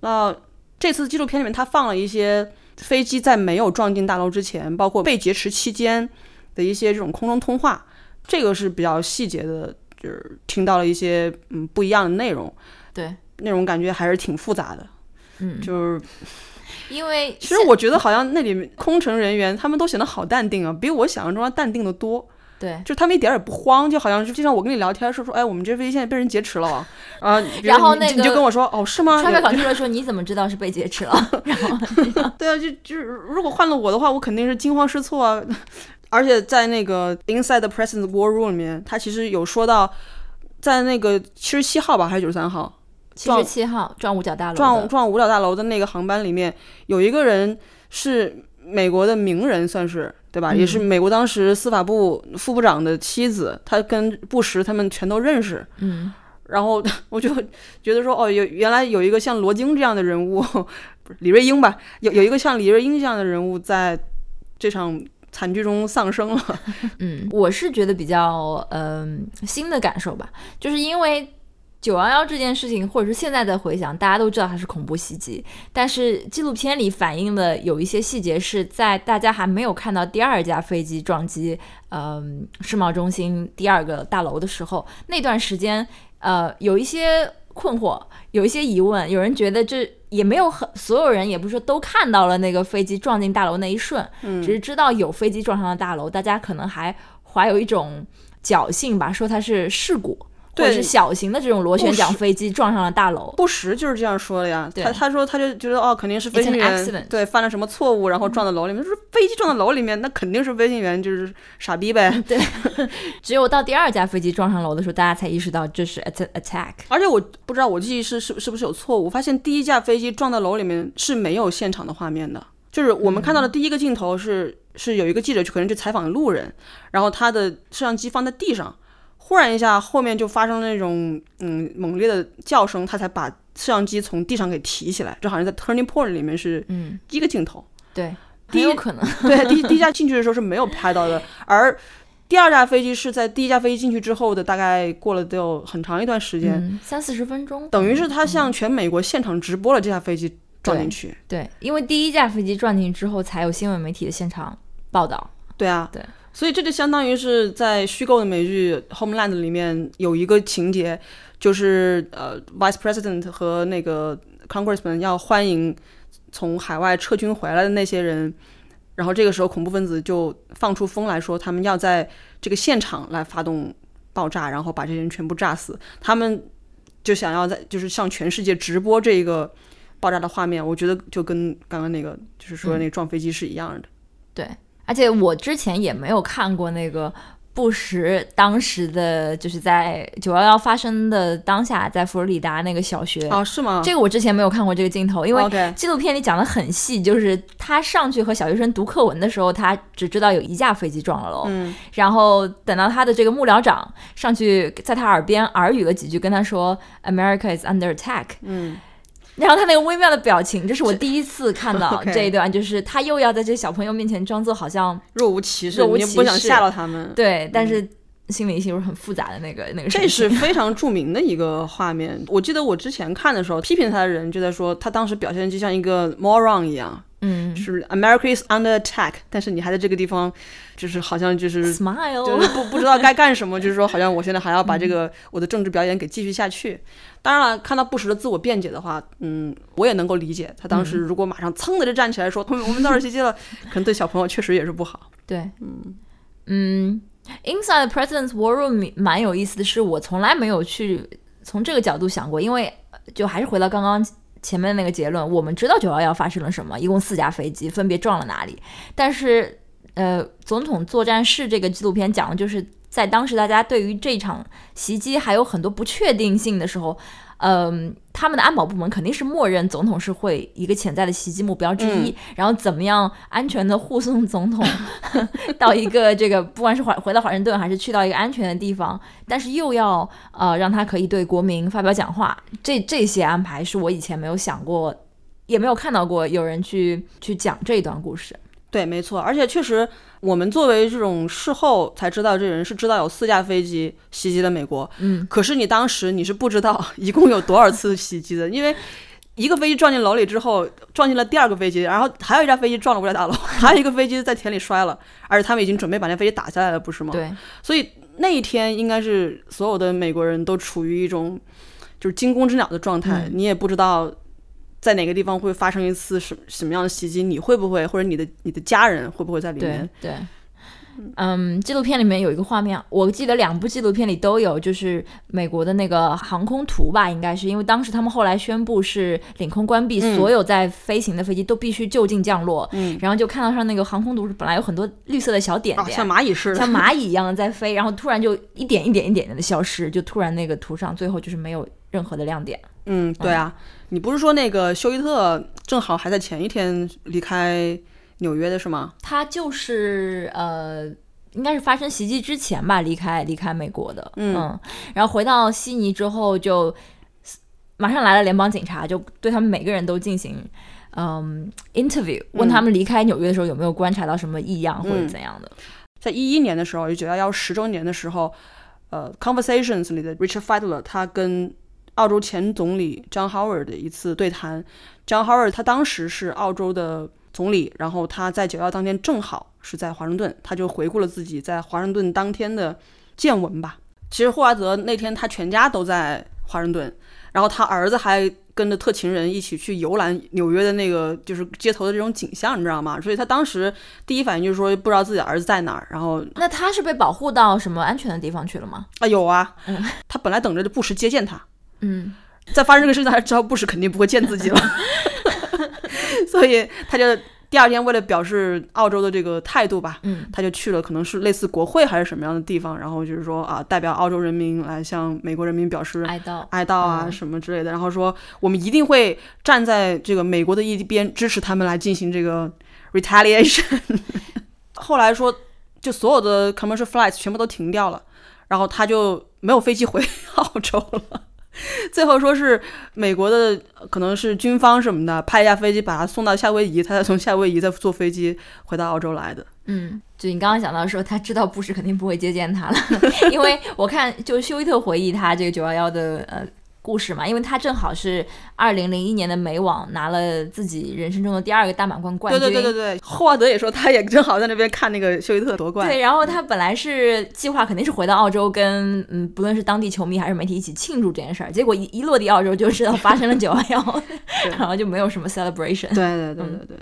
Speaker 2: 那这次纪录片里面，它放了一些飞机在没有撞进大楼之前，包括被劫持期间的一些这种空中通话，这个是比较细节的，就是听到了一些嗯不一样的内容，
Speaker 1: 对，
Speaker 2: 那种感觉还是挺复杂的，
Speaker 1: 嗯，
Speaker 2: 就是。
Speaker 1: 因为
Speaker 2: 其实我觉得好像那里面空乘人员他们都显得好淡定啊，比我想象中要淡定的多。
Speaker 1: 对，
Speaker 2: 就他们一点儿也不慌，就好像是就像我跟你聊天说说，哎，我们这飞机现在被人劫持了啊，啊，比如
Speaker 1: 然后
Speaker 2: 你
Speaker 1: 那个
Speaker 2: 你就跟我说，哦，是吗？
Speaker 1: 川贝考就说：“你怎么知道是被劫持了？”然后
Speaker 2: 对啊，就就是如果换了我的话，我肯定是惊慌失措啊。 (laughs) 而且在那个 Inside the President's War Room 里面，他其实有说到，在那个七十七号吧，还是九十三号，
Speaker 1: 七十七号撞五角大楼的，
Speaker 2: 撞撞五角大楼的那个航班里面，有一个人是美国的名人，算是对吧？
Speaker 1: 嗯
Speaker 2: 也是美国当时司法部副部长的妻子，他跟布什他们全都认识。
Speaker 1: 嗯，
Speaker 2: 然后 (laughs) 我就觉得说，哦，有原来有一个像罗京这样的人物，不是李瑞英吧？有有一个像李瑞英这样的人物在这场惨剧中丧生了。
Speaker 1: 嗯，我是觉得比较嗯、新的感受吧，就是因为九幺幺这件事情，或者是现在的回想，大家都知道它是恐怖袭击，但是纪录片里反映的有一些细节是在大家还没有看到第二架飞机撞击嗯、世贸中心第二个大楼的时候，那段时间呃有一些困惑，有一些疑问，有人觉得这。也没有很，所有人也不是说都看到了那个飞机撞进大楼那一瞬，
Speaker 2: 嗯
Speaker 1: 只是知道有飞机撞上了大楼，大家可能还怀有一种侥幸吧，说它是事故，或
Speaker 2: 对
Speaker 1: 者是小型的这种螺旋桨飞机撞上了大楼。
Speaker 2: 布什就是这样说的呀，
Speaker 1: 对
Speaker 2: 他他说他就觉得哦，肯定是飞
Speaker 1: It's
Speaker 2: 行
Speaker 1: an
Speaker 2: 员
Speaker 1: accident 嗯
Speaker 2: 对犯了什么错误，然后撞到楼里面，就是飞机撞到楼里面，那肯定是飞行员就是傻逼呗。 (laughs)
Speaker 1: 只有到第二架飞机撞上楼的时候，大家才意识到这是 att- attack。
Speaker 2: 而且我不知道我记忆是是是不是有错误，我发现第一架飞机撞到楼里面是没有现场的画面的，就是我们看到的第一个镜头是、是有一个记者去可能去采访路人，然后他的摄像机放在地上，忽然一下后面就发生了那种嗯猛烈的叫声，他才把摄像机从地上给提起来，这好像在 Turning Point 里面是
Speaker 1: 嗯，
Speaker 2: 一个镜头。
Speaker 1: 对，
Speaker 2: 第
Speaker 1: 很
Speaker 2: 一
Speaker 1: 有可能。
Speaker 2: 对，第第一架进去的时候是没有拍到的，而第二架飞机是在第一架飞机进去之后的，大概过了得有很长一段时间，
Speaker 1: 嗯，三四十分钟，
Speaker 2: 等于是他向全美国现场直播了这架飞机撞进去。
Speaker 1: 对，因为第一架飞机撞进去之后，才有新闻媒体的现场报道。
Speaker 2: 对啊，
Speaker 1: 对，
Speaker 2: 所以这就相当于是在虚构的美剧《Homeland》里面有一个情节，就是呃，Vice President 和那个 Congressman 要欢迎从海外撤军回来的那些人，然后这个时候恐怖分子就放出风来说，他们要在这个现场来发动爆炸，然后把这些人全部炸死，他们就想要在就是向全世界直播这个。爆炸的画面，我觉得就跟刚刚那个，就是
Speaker 1: 嗯
Speaker 2: 说那个撞飞机是一样的。
Speaker 1: 对，而且我之前也没有看过那个布什当时的，就是在九幺幺发生的当下，在佛罗里达那个小学，
Speaker 2: 啊，是吗？哦
Speaker 1: 这个我之前没有看过这个镜头，因为
Speaker 2: OK
Speaker 1: 纪录片里讲的很细，就是他上去和小学生读课文的时候，他只知道有一架飞机撞了楼，
Speaker 2: 嗯
Speaker 1: 然后等到他的这个幕僚长上去在他耳边耳语了几句，跟他说 “America is under attack”，
Speaker 2: 嗯，
Speaker 1: 然后他那个微妙的表情，这是我第一次看到
Speaker 2: (laughs) OK
Speaker 1: 这一段，就是他又要在这些小朋友面前装作好像
Speaker 2: 若无其事，
Speaker 1: 若无
Speaker 2: 你也
Speaker 1: 其
Speaker 2: 不想
Speaker 1: 事
Speaker 2: 吓到他们。
Speaker 1: 对，但是心里是很复杂的那个那个神
Speaker 2: (laughs) 嗯这
Speaker 1: 情。
Speaker 2: 是非常著名的一个画面。我记得我之前看的时候，批评他的人就在说，他当时表现就像一个 moron 一样，
Speaker 1: 嗯
Speaker 2: 就是 America is under attack，但是你还在这个地方，就是好
Speaker 1: (laughs)
Speaker 2: 像就是就
Speaker 1: smile，
Speaker 2: 是不不知道该
Speaker 1: (laughs)
Speaker 2: 干什么，就是说好像我现在还要把这
Speaker 1: 嗯
Speaker 2: 个我的政治表演给继续下去。当然了，看到布什的自我辩解的话，嗯，我也能够理解他当
Speaker 1: 嗯
Speaker 2: 时如果马上噌的就站起来说， (laughs) 我们我们到耳袭击了，可能对小朋友确实也是不好。
Speaker 1: 对，嗯嗯，Inside the President's War Room 蛮有意思的是，我从来没有去从这个角度想过，因为呃就还是回到刚刚。前面那个结论，我们知道九幺幺发生了什么，一共四架飞机分别撞了哪里。但是，呃，《总统作战室》这个纪录片讲的就是在当时大家对于这场袭击还有很多不确定性的时候，嗯、他们的安保部门肯定是默认总统是会一个潜在的袭击目标之一，然后怎么样安全的护送总统 (laughs) 到一个这个，不管是回回到华盛顿，还是去到一个安全的地方，但是又要呃让他可以对国民发表讲话，这这些安排是我以前没有想过，也没有看到过有人去去讲这一段故事。
Speaker 2: 对，没错，而且确实，我们作为这种事后才知道，这人是知道有四架飞机袭击了美国。
Speaker 1: 嗯，
Speaker 2: 可是你当时你是不知道 (laughs) 一共有多少次袭击的，因为一个飞机撞进楼里之后，撞进了第二个飞机，然后还有一架飞机撞了乌来大楼，还有一个飞机在田里摔了，而且他们已经准备把那飞机打下来了，不是吗？。
Speaker 1: 对，
Speaker 2: 所以那一天应该是所有的美国人都处于一种就是惊弓之鸟的状态，
Speaker 1: 嗯
Speaker 2: 你也不知道在哪个地方会发生一次什什么样的袭击，你会不会或者你的你的家人会不会在里面？
Speaker 1: 对对，嗯，纪录片里面有一个画面，我记得两部纪录片里都有，就是美国的那个航空图吧，应该是因为当时他们后来宣布是领空关闭，
Speaker 2: 嗯
Speaker 1: 所有在飞行的飞机都必须就近降落。
Speaker 2: 嗯
Speaker 1: 然后就看到上那个航空图，本来有很多绿色的小点
Speaker 2: 啊，
Speaker 1: 点，
Speaker 2: 像蚂蚁似的
Speaker 1: 像。蚂蚁一样的在飞，然后突然就一点一点一点点的消失，就突然那个图上最后就是没有任何的亮点。
Speaker 2: 嗯，对啊，你不是说那个休伊特正好还在前一天离开纽约的是吗？
Speaker 1: 他就是呃，应该是发生袭击之前吧，离开离开美国的，
Speaker 2: 嗯
Speaker 1: 然后回到悉尼之后就马上来了联邦警察，就对他们每个人都进行。嗯，interview 问他们离开纽约的时候有没有观察到什么异样或者
Speaker 2: 嗯
Speaker 1: 怎样的？
Speaker 2: 在一一年的时候，也九幺幺十周年的时候，呃，《Conversations》里的 Richard Feidler 他跟澳洲前总理 John Howard 的一次对谈。John Howard 他当时是澳洲的总理，然后他在九幺当天正好是在华盛顿，他就回顾了自己在华盛顿当天的见闻吧。其实霍华德那天他全家都在华盛顿，然后他儿子还跟着特勤人一起去游览纽约的那个就是街头的这种景象，你知道吗？所以他当时第一反应就是说不知道自己儿子在哪儿，然后
Speaker 1: 那他是被保护到什么安全的地方去了吗？
Speaker 2: 啊有啊，
Speaker 1: 嗯
Speaker 2: (laughs) 他本来等着布什接见他，
Speaker 1: 嗯，
Speaker 2: 在发生这个事情，他知道布什肯定不会见自己了， (laughs) 所以他就第二天为了表示澳洲的这个态度吧，
Speaker 1: 嗯，
Speaker 2: 他就去了可能是类似国会还是什么样的地方，然后就是说啊，代表澳洲人民来向美国人民表示
Speaker 1: 哀悼。
Speaker 2: 哀悼啊
Speaker 1: 嗯
Speaker 2: 什么之类的，然后说我们一定会站在这个美国的一边，支持他们来进行这个 retaliation。后来说，就所有的 commercial flights 全部都停掉了，然后他就没有飞机回澳洲了。最后说是美国的可能是军方什么的派一架飞机把他送到夏威夷，他才从夏威夷再坐飞机回到澳洲来的。
Speaker 1: 嗯，就你刚刚讲到说，他知道布什肯定不会接见他了，因为我看就休伊特回忆他这个九幺幺的呃故事嘛，因为他正好是二零零一年的美网拿了自己人生中的第二个大满贯冠
Speaker 2: 对
Speaker 1: 军，
Speaker 2: 对对对对，霍华德也说他也正好在那边看那个休伊特夺冠。
Speaker 1: 对，然后他本来是计划肯定是回到澳洲跟嗯，不论是当地球迷还是媒体一起庆祝这件事儿，结果一一落地澳洲就知道发生了九幺
Speaker 2: (laughs)
Speaker 1: 幺，然后就没有什么 celebration。
Speaker 2: 对对对对对，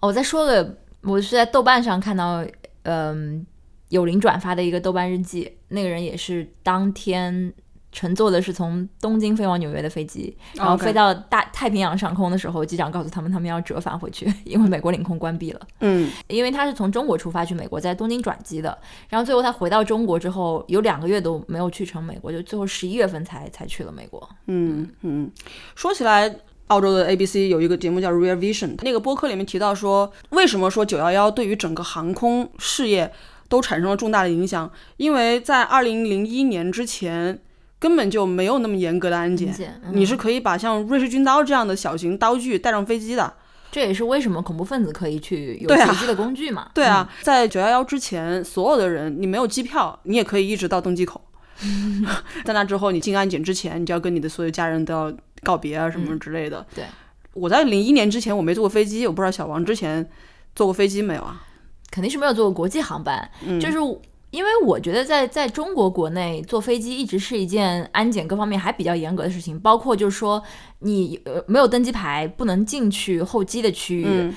Speaker 1: 哦，我再说个，我是在豆瓣上看到，嗯，有林转发的一个豆瓣日记，那个人也是当天乘坐的是从东京飞往纽约的飞机，然后
Speaker 2: 哦 OK
Speaker 1: 飞到大太平洋上空的时候，机长告诉他们他们要折返回去， (laughs) 因为美国领空关闭了。
Speaker 2: 嗯，
Speaker 1: 因为他是从中国出发去美国，在东京转机的，然后最后他回到中国之后，有两个月都没有去成美国，就最后十一月份才才去了美国。
Speaker 2: 嗯，嗯，说起来，澳洲的 ABC 有一个节目叫 Real Vision，那个播客里面提到说，为什么说911对于整个航空事业都产生了重大的影响？因为在2001年之前，根本就没有那么严格的安检。嗯
Speaker 1: 见
Speaker 2: 你是可以把像瑞士军刀这样的小型刀具带上飞机的。
Speaker 1: 这也是为什么恐怖分子可以去有
Speaker 2: 对啊
Speaker 1: 随机的工具嘛？
Speaker 2: 对啊，在911之前，所有的人你没有机票，你也可以一直到登机口。
Speaker 1: 嗯
Speaker 2: (laughs) 在那之后，你进安检之前，你就要跟你的所有家人都要告别啊，什么之类的。
Speaker 1: 嗯对，
Speaker 2: 我在零一年之前我没坐过飞机，我不知道小王之前坐过飞机没有啊？
Speaker 1: 嗯，肯定是没有坐过国际航班，
Speaker 2: 嗯
Speaker 1: 就是。因为我觉得在在中国国内坐飞机一直是一件安检各方面还比较严格的事情，包括就是说你呃没有登机牌不能进去候机的区域，
Speaker 2: 嗯，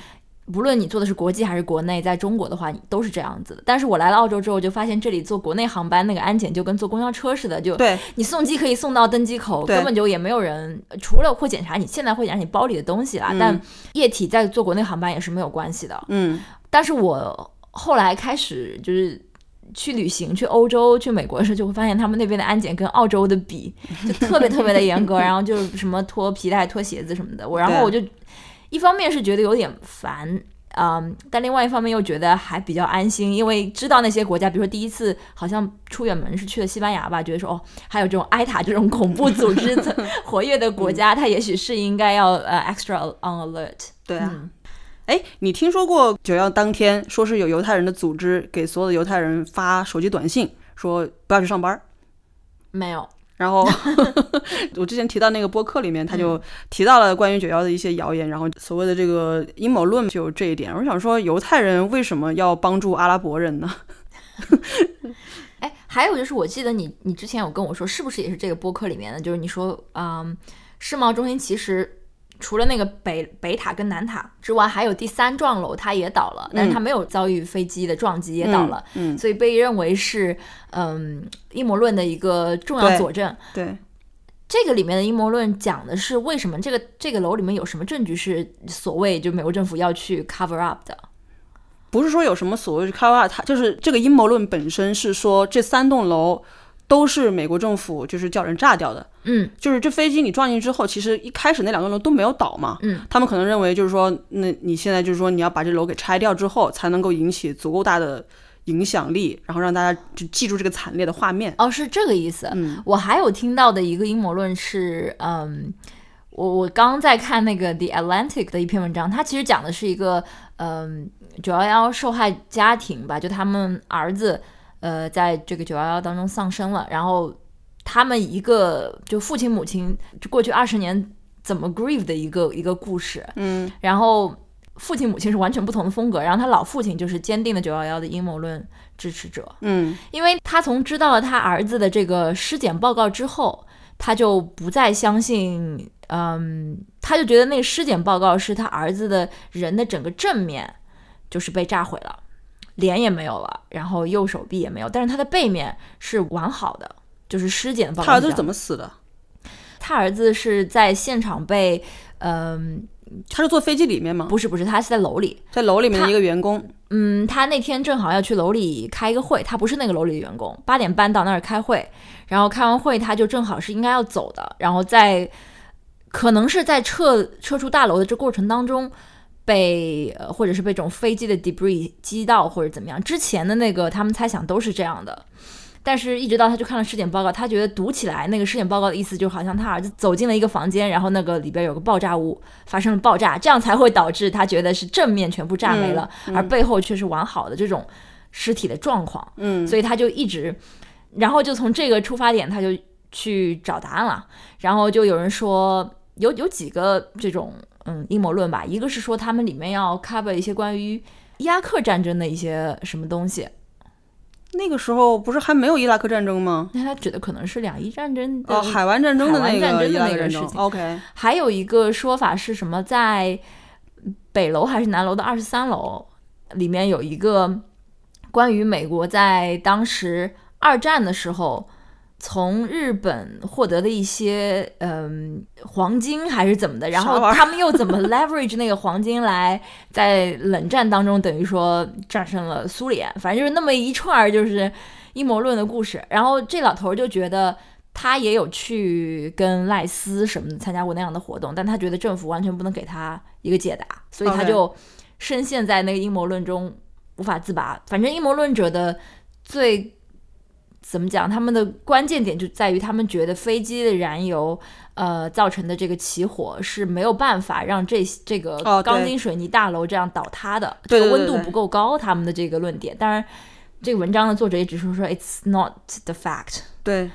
Speaker 1: 无论你做的是国际还是国内，在中国的话，你都是这样子的。但是我来了澳洲之后，就发现这里坐国内航班那个安检就跟坐公交车似的，就
Speaker 2: 对，
Speaker 1: 你送机可以送到登机口，
Speaker 2: 对
Speaker 1: 根本就也没有人，呃除了会检查你现在会检查你包里的东西啦，
Speaker 2: 嗯
Speaker 1: 但液体在坐国内航班也是没有关系的。
Speaker 2: 嗯
Speaker 1: 但是我后来开始就是去旅行，去欧洲、去美国的时候，就会发现他们那边的安检跟澳洲的比，就特别特别的严格，然后就是什么脱皮带、脱鞋子什么的。我然后我就一方面是觉得有点烦。嗯，但另外一方面又觉得还比较安心，因为知道那些国家，比如说第一次好像出远门是去了西班牙吧，觉得说哦，还有这种埃塔这种恐怖组织活跃的国家，它也许是应该要呃 extra on alert。
Speaker 2: 对啊。
Speaker 1: 嗯，
Speaker 2: 哎，你听说过九幺当天说是有犹太人的组织给所有的犹太人发手机短信，说不要去上班儿。
Speaker 1: 没有，(laughs)
Speaker 2: 然后我之前提到那个播客里面，他
Speaker 1: 嗯
Speaker 2: 就提到了关于九幺的一些谣言，然后所谓的这个阴谋论就有这一点。我想说，犹太人为什么要帮助阿拉伯人呢？
Speaker 1: 哎，还有就是，我记得你你之前有跟我说，是不是也是这个播客里面的？就是你说，嗯，世贸中心其实除了那个北北塔跟南塔之外，还有第三幢楼它也倒了，但是它没有遭遇飞机的撞击，也倒了，
Speaker 2: 嗯，嗯
Speaker 1: 所以被认为是嗯阴谋论的一个重要
Speaker 2: 对
Speaker 1: 佐证。
Speaker 2: 对，
Speaker 1: 这个里面的阴谋论讲的是为什么这个这个楼里面有什么证据是所谓就美国政府要去 cover up 的？
Speaker 2: 不是说有什么所谓的开发，它就是这个阴谋论本身是说这三栋楼都是美国政府就是叫人炸掉的，
Speaker 1: 嗯
Speaker 2: 就是这飞机你撞进去之后，其实一开始那两栋楼都没有倒嘛，
Speaker 1: 嗯，
Speaker 2: 他们可能认为就是说，那你现在就是说你要把这楼给拆掉之后，才能够引起足够大的影响力，然后让大家就记住这个惨烈的画面。
Speaker 1: 哦，是这个意思。
Speaker 2: 嗯，
Speaker 1: 我还有听到的一个阴谋论是，嗯，我我刚在看那个《The Atlantic》的一篇文章，它其实讲的是一个，嗯，九幺幺受害家庭吧，就他们儿子，呃，在这个九幺幺当中丧生了，然后他们一个就父亲母亲就过去二十年怎么 grieve 的一个一个故事，
Speaker 2: 嗯，
Speaker 1: 然后。父亲母亲是完全不同的风格，然后他老父亲就是坚定的九幺幺的阴谋论支持者，
Speaker 2: 嗯，
Speaker 1: 因为他从知道了他儿子的这个尸检报告之后，他就不再相信，嗯，他就觉得那个尸检报告是他儿子的人的整个正面就是被炸毁了，脸也没有了，然后右手臂也没有，但是他的背面是完好的，就是尸检报告。
Speaker 2: 他儿子是怎么死的？
Speaker 1: 他儿子是在现场被，嗯，
Speaker 2: 他是坐飞机里面吗？
Speaker 1: 不是不是，他是在楼里，
Speaker 2: 在楼里面的一个员工。
Speaker 1: 嗯，他那天正好要去楼里开一个会，他不是那个楼里的员工，八点半到那儿开会，然后开完会他就正好是应该要走的，然后在可能是在撤撤出大楼的这过程当中被呃或者是被这种飞机的 debris 击到或者怎么样，之前的那个他们猜想都是这样的。但是，一直到他去看了尸检报告，他觉得读起来那个尸检报告的意思，就好像他儿子走进了一个房间，然后那个里边有个爆炸物发生了爆炸，这样才会导致他觉得是正面全部炸没了，而背后却是完好的这种尸体的状况。
Speaker 2: 嗯
Speaker 1: 所以他就一直，然后就从这个出发点，他就去找答案了。然后就有人说，有有几个这种嗯阴谋论吧，一个是说他们里面要 cover 一些关于伊拉克战争的一些什么东西，
Speaker 2: 那个时候不是还没有伊拉克战争吗？
Speaker 1: 那他觉得可能是两伊战争的
Speaker 2: 哦，海湾战争的
Speaker 1: 海湾
Speaker 2: 那
Speaker 1: 战
Speaker 2: 个
Speaker 1: 争
Speaker 2: 伊
Speaker 1: 的
Speaker 2: 拉
Speaker 1: 那
Speaker 2: 克
Speaker 1: 个
Speaker 2: 战
Speaker 1: 事
Speaker 2: 争
Speaker 1: 情
Speaker 2: ，OK，
Speaker 1: 还有一个说法是什么，在北楼还是南楼的二十三楼里面有一个关于美国在当时二战的时候从日本获得的一些嗯黄金还是怎么的，然
Speaker 2: 啥
Speaker 1: 后
Speaker 2: 玩意儿
Speaker 1: 他们又怎么 leverage 那个黄金来在冷战当中等于说战胜了苏联，反正就是那么一串儿就是阴谋论的故事。然后这老头儿就觉得。他也有去跟赖斯什么的参加过那样的活动，但他觉得政府完全不能给他一个解答，所以他
Speaker 2: OK
Speaker 1: 就深陷在那个阴谋论中无法自拔。反正阴谋论者的最怎么讲，他们的关键点就在于他们觉得飞机的燃油呃造成的这个起火是没有办法让这这个
Speaker 2: 哦对
Speaker 1: 钢筋水泥大楼这样倒塌的，
Speaker 2: 对
Speaker 1: 这个
Speaker 2: 对对
Speaker 1: 温度
Speaker 2: 对
Speaker 1: 不够高，他们的这个论点。当然，这个文章的作者也只是说 it's not the fact。
Speaker 2: 对，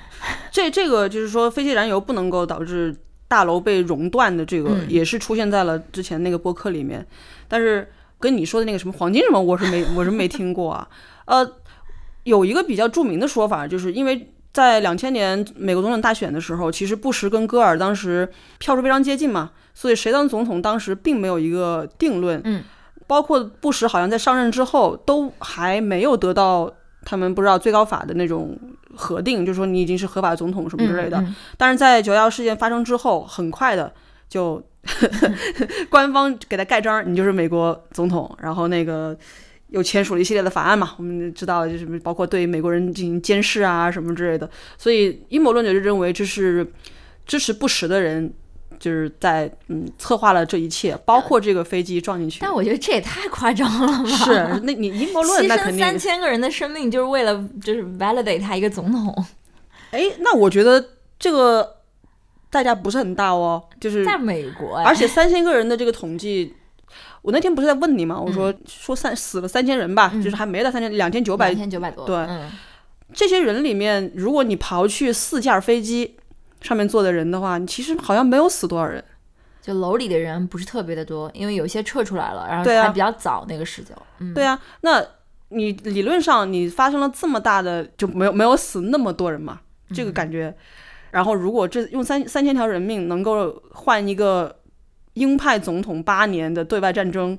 Speaker 2: 这这个就是说飞机燃油不能够导致大楼被熔断的这个，
Speaker 1: 嗯
Speaker 2: 也是出现在了之前那个播客里面。但是跟你说的那个什么黄金什么，我是没我是没听过啊。呃，有一个比较著名的说法，就是因为。在两千年美国总统大选的时候，其实布什跟戈尔当时票数非常接近嘛，所以谁当总统当时并没有一个定论。
Speaker 1: 嗯，
Speaker 2: 包括布什好像在上任之后都还没有得到他们不知道最高法的那种核定，就是说你已经是合法总统什么之类的。
Speaker 1: 嗯嗯
Speaker 2: 但是在九幺事件发生之后，很快的就 (laughs) 官方给他盖章儿，你就是美国总统。然后那个又签署了一系列的法案嘛，我们知道就是包括对美国人进行监视啊什么之类的。所以阴谋论者就认为这是支持不实的人。就是在嗯策划了这一切，包括这个飞机撞
Speaker 1: (laughs)
Speaker 2: 进去。
Speaker 1: 但我觉得这也太夸张了吧？
Speaker 2: 是，那你阴谋论
Speaker 1: 牺
Speaker 2: 那肯
Speaker 1: 牲
Speaker 2: 定
Speaker 1: 三千个人的生命，就是为了就是 validate 他一个总统，
Speaker 2: 哎，那我觉得这个代价不是很大哦，就是
Speaker 1: 在美国、哎，
Speaker 2: 而且三千个人的这个统计，我那天不是在问你吗？我说、说三死了三千人吧，
Speaker 1: 嗯
Speaker 2: 就是还没到三千，两千九百
Speaker 1: 两。千九百多，
Speaker 2: 对
Speaker 1: 嗯，
Speaker 2: 这些人里面，如果你刨去四架飞机上面坐的人的话，你其实好像没有死多少人。
Speaker 1: 就楼里的人不是特别的多，因为有些撤出来了，然后
Speaker 2: 对啊
Speaker 1: 还比较早那个时间，嗯，
Speaker 2: 对啊，那你理论上你发生了这么大的就没有没有死那么多人嘛，这个
Speaker 1: 嗯
Speaker 2: 感觉。然后如果这用三三千条人命能够换一个鹰派总统八年的对外战争，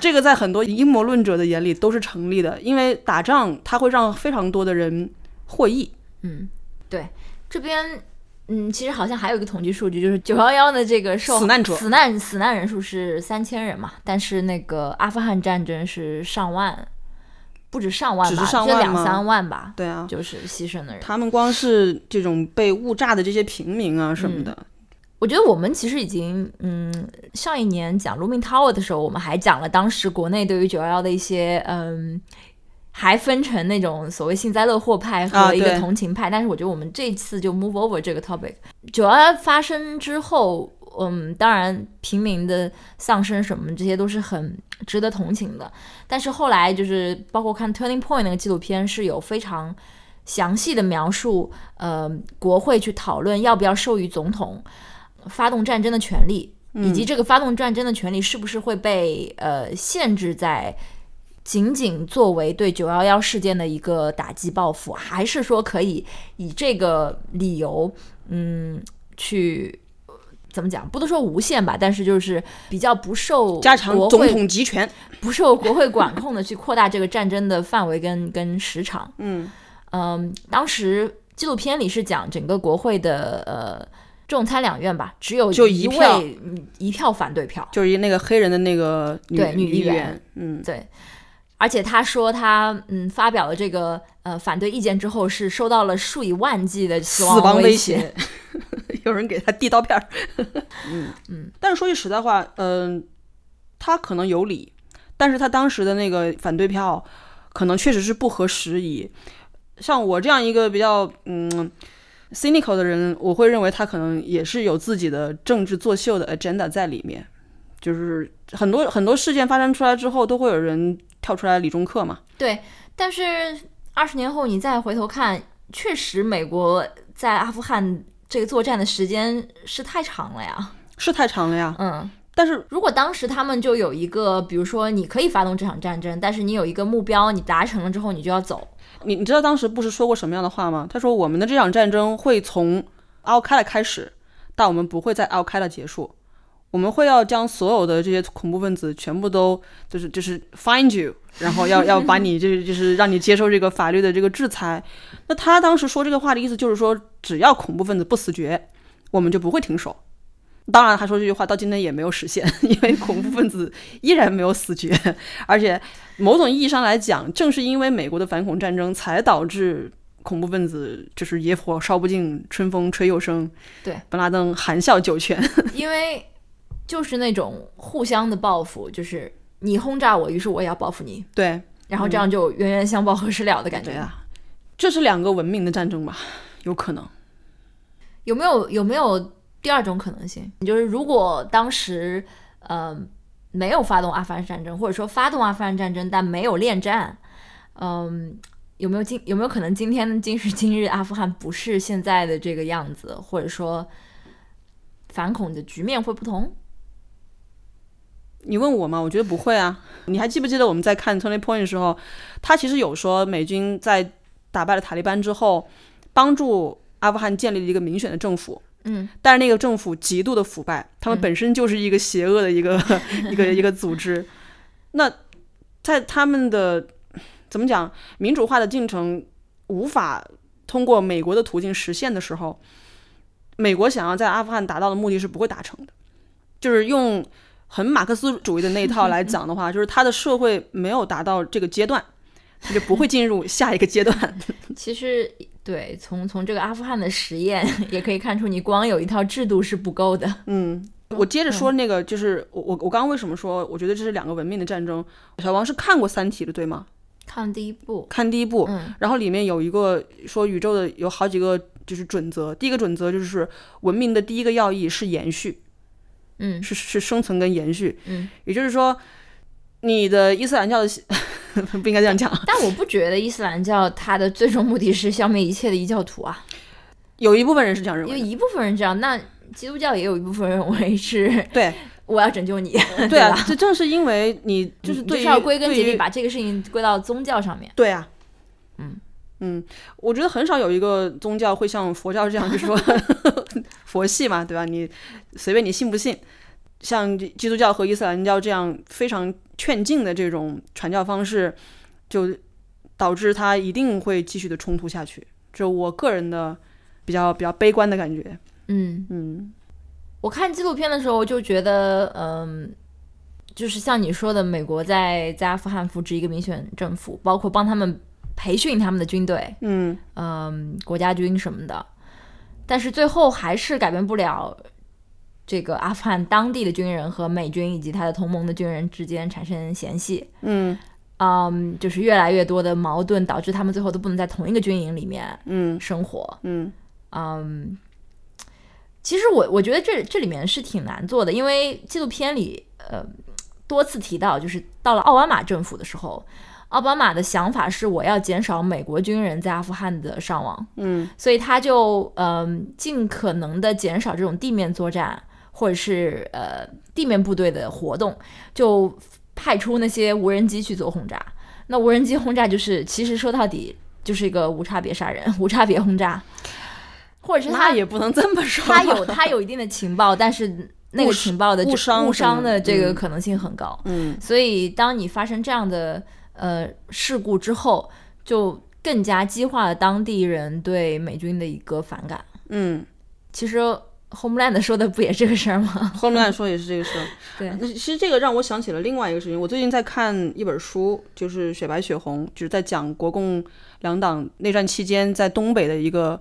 Speaker 2: 这个在很多阴谋论者的眼里都是成立的，因为打仗它会让非常多的人获益。
Speaker 1: 嗯，对，这边。嗯，其实好像还有一个统计数据，就是九幺幺的这个受
Speaker 2: 死难者
Speaker 1: 死难死难人数是三千人嘛，但是那个阿富汗战争是上万，不止上万
Speaker 2: 只
Speaker 1: 吧，
Speaker 2: 是上
Speaker 1: 就
Speaker 2: 万
Speaker 1: 两
Speaker 2: 吗
Speaker 1: 三万吧，
Speaker 2: 对啊，
Speaker 1: 就是牺牲的人。
Speaker 2: 他们光是这种被误炸的这些平民啊什么的，
Speaker 1: 我觉得我们其实已经，嗯，上一年讲 Looming Tower 的时候，我们还讲了当时国内对于九幺幺的一些，嗯，还分成那种所谓幸灾乐祸派
Speaker 2: 啊
Speaker 1: 和一个
Speaker 2: 对
Speaker 1: 同情派。但是我觉得我们这次就 move over 这个 topic。九幺幺发生之后，嗯，当然平民的丧生什么，这些都是很值得同情的。但是后来就是包括看 Turning Point 那个纪录片，是有非常详细的描述，呃，国会去讨论要不要授予总统发动战争的权利，以及这个发动战争的权利是不是会被呃限制在。仅仅作为对九幺幺事件的一个打击报复，还是说可以以这个理由，嗯，去呃怎么讲？不能说无限吧，但是就是比较不受
Speaker 2: 加强
Speaker 1: 国
Speaker 2: 总
Speaker 1: 会
Speaker 2: 统集权。
Speaker 1: 不受国会管控的去扩大这个战争的范围跟跟时长。
Speaker 2: 嗯
Speaker 1: 嗯，当时纪录片里是讲整个国会的呃众参两院吧，只有
Speaker 2: 就
Speaker 1: 一
Speaker 2: 一票
Speaker 1: 位嗯一票反对票。
Speaker 2: 就是一那个黑人的那个女
Speaker 1: 对女
Speaker 2: 女
Speaker 1: 议员
Speaker 2: 员，嗯，
Speaker 1: 对，而且他说他嗯发表了这个呃反对意见之后，是收到了数以万计的死
Speaker 2: 死亡
Speaker 1: 威
Speaker 2: 威。胁，有人给他递刀片儿。嗯
Speaker 1: 嗯，
Speaker 2: 但是说句实在话，嗯、他可能有理，但是他当时的那个反对票，可能确实是不合时宜。像我这样一个比较嗯 cynical 的人，我会认为他可能也是有自己的政治作秀的 agenda 在里面。就是很多很多事件发生出来之后，都会有人跳出来理中客嘛。
Speaker 1: 对，但是二十年后你再回头看，确实美国在阿富汗这个作战的时间是太长了呀。
Speaker 2: 是太长了呀。
Speaker 1: 嗯，
Speaker 2: 但是
Speaker 1: 如果当时他们就有一个，比如说你可以发动这场战争，但是你有一个目标，你达成了之后你就要
Speaker 2: (laughs)
Speaker 1: 走。
Speaker 2: 你你知道当时布什说过什么样的话吗？他说我们的这场战争会从 Al Qaeda 开始，但我们不会在 Al Qaeda 结束。我们会要将所有的这些恐怖分子全部都就是就是 find you，然后要 (laughs) 要把你就是就是让你接受这个法律的这个制裁。那他当时说这个话的意思就是说，只要恐怖分子不死绝，我们就不会停手。当然，他说这句话到今天也没有实现， (laughs) 因为恐怖分子依然没有死绝，而且某种意义上来讲，正是因为美国的反恐战争，才导致恐怖分子就是野火烧不尽，春风吹又生。
Speaker 1: 对，
Speaker 2: 本拉登含笑九泉。
Speaker 1: 因为就是那种互相的报复，就是你轰炸我，于是我也要报复你，
Speaker 2: 对，
Speaker 1: 然后这样就冤冤相报何时了的感觉。
Speaker 2: 嗯对啊，这是两个文明的战争吧？有可能。
Speaker 1: 有没有有没有第二种可能性？就是如果当时呃没有发动阿富汗战争，或者说发动阿富汗战争但没有恋战，嗯、有没有今有没有可能今天今时今日阿富汗不是现在的这个样子，或者说反恐的局面会不同？
Speaker 2: 你问我吗？我觉得不会啊。你还记不记得我们在看《Tony Point》的时候，他其实有说美军在打败了塔利班之后，帮助阿富汗建立了一个民选的政府。
Speaker 1: 嗯，
Speaker 2: 但是那个政府极度的腐败，他们
Speaker 1: 嗯
Speaker 2: 本身就是一个邪恶的
Speaker 1: (laughs)
Speaker 2: 一个、一个一个组织。那在他们的怎么讲民主化的进程无法通过美国的途径实现的时候，美国想要在阿富汗达到的目的是不会达成的。就是用很马克思主义的那一套 (laughs) 来讲的话，就是他的社会没有达到这个阶段，他就不会进入下一个阶段。
Speaker 1: 其实对，从从这个阿富汗的实验 (laughs) 也可以看出，你光有一套制度是不够的。
Speaker 2: (laughs) 嗯，我接着说那个，就是我我我刚刚为什么说我觉得这是两个文明的战争？小王是看过《三体》的对吗？
Speaker 1: 看第一步，
Speaker 2: 看第一部，
Speaker 1: 嗯
Speaker 2: 然后里面有一个说宇宙的有好几个就是准则，第一个准则就是文明的第一个要义是延续，
Speaker 1: 嗯
Speaker 2: 是是生存跟延续，
Speaker 1: 嗯，
Speaker 2: 也就是说，你的伊斯兰教的信 (laughs) 不应该这样讲，
Speaker 1: (laughs) 但我不觉得伊斯兰教它的最终目的是消灭一切的异教徒啊，
Speaker 2: 有一部分人是这样认
Speaker 1: 有
Speaker 2: 为的，
Speaker 1: 一部分人这样，那基督教也有一部分人认为是 (laughs)
Speaker 2: 对
Speaker 1: 我要拯救你， (laughs)
Speaker 2: 对啊
Speaker 1: 吧，嗯
Speaker 2: 这正是因为你就是
Speaker 1: 你
Speaker 2: 对于
Speaker 1: 是要归根结
Speaker 2: 对
Speaker 1: 底
Speaker 2: 于
Speaker 1: 把这个事情归到宗教上面。
Speaker 2: 对啊，
Speaker 1: 嗯
Speaker 2: 嗯，我觉得很少有一个宗教会像佛教这
Speaker 1: (laughs)
Speaker 2: 样，就是说 (laughs) 佛系嘛，对吧？你随便你信不信，像基督教和伊斯兰教这样非常劝进的这种传教方式，就导致它一定会继续的冲突下去。这我个人的比较比较悲观的感觉，
Speaker 1: 嗯，
Speaker 2: 嗯
Speaker 1: 我看纪录片的时候就觉得，嗯，就是像你说的，美国在在阿富汗扶植一个民选政府，包括帮他们培训他们的军队，
Speaker 2: 嗯，
Speaker 1: 嗯，国家军什么的，但是最后还是改变不了这个阿富汗当地的军人和美军以及他的同盟的军人之间产生嫌隙。
Speaker 2: 嗯
Speaker 1: 嗯，就是越来越多的矛盾导致他们最后都不能在同一个军营里面
Speaker 2: 嗯
Speaker 1: 生活。
Speaker 2: 嗯
Speaker 1: 嗯，其实我我觉得这这里面是挺难做的，因为纪录片里呃多次提到，就是到了奥巴马政府的时候，奥巴马的想法是我要减少美国军人在阿富汗的伤亡。
Speaker 2: 嗯
Speaker 1: 所以他就嗯尽可能的减少这种地面作战或者是呃地面部队的活动，就派出那些无人机去做轰炸。那无人机轰炸就是其实说到底就是一个无差别杀人、无差别轰炸，或者是他
Speaker 2: 那也不能这么说，
Speaker 1: 他
Speaker 2: (laughs)
Speaker 1: 有他有一定的情报，但是那个
Speaker 2: 误伤
Speaker 1: 情报的
Speaker 2: 误伤
Speaker 1: 误伤的这个
Speaker 2: 嗯
Speaker 1: 可能性很高。
Speaker 2: 嗯
Speaker 1: 所以，当你发生这样的呃事故之后，就更加激化了当地人对美军的一个反感。
Speaker 2: 嗯
Speaker 1: 其实 Homeland 说的不也这个事儿
Speaker 2: (laughs)
Speaker 1: 吗？
Speaker 2: 后面来说也是这个事儿。
Speaker 1: 对，
Speaker 2: 那其实这个让我想起了另外一个事情。我最近在看一本书，就是《雪白雪红》，就是在讲国共两党内战期间在东北的一个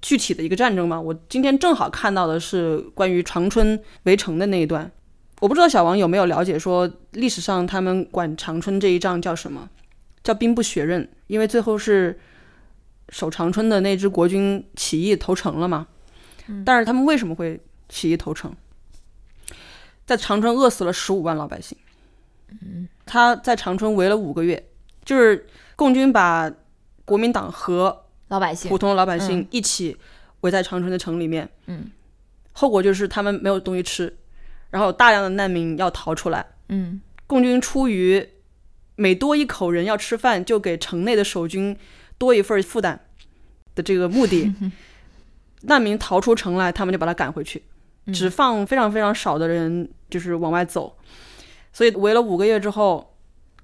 Speaker 2: 具体的一个战争嘛。我今天正好看到的是关于长春围城的那一段。我不知道小王有没有了解，说历史上他们管长春这一仗叫什么？叫兵不血刃，因为最后是守长春的那支国军起义投诚了嘛。但是他们为什么会起义投诚？在长春饿死了十五万老百姓。他在长春围了五个月，就是共军把国民党和
Speaker 1: 老百姓
Speaker 2: 普，通的老百姓一起围在长春的城里面，
Speaker 1: 嗯，
Speaker 2: 后果就是他们没有东西吃，然后有大量的难民要逃出来。
Speaker 1: 嗯
Speaker 2: 共军出于每多一口人要吃饭，就给城内的守军多一份负担的这个目的，难民逃出城来，他们就把他赶回去，
Speaker 1: 嗯
Speaker 2: 只放非常非常少的人就是往外走。所以围了五个月之后，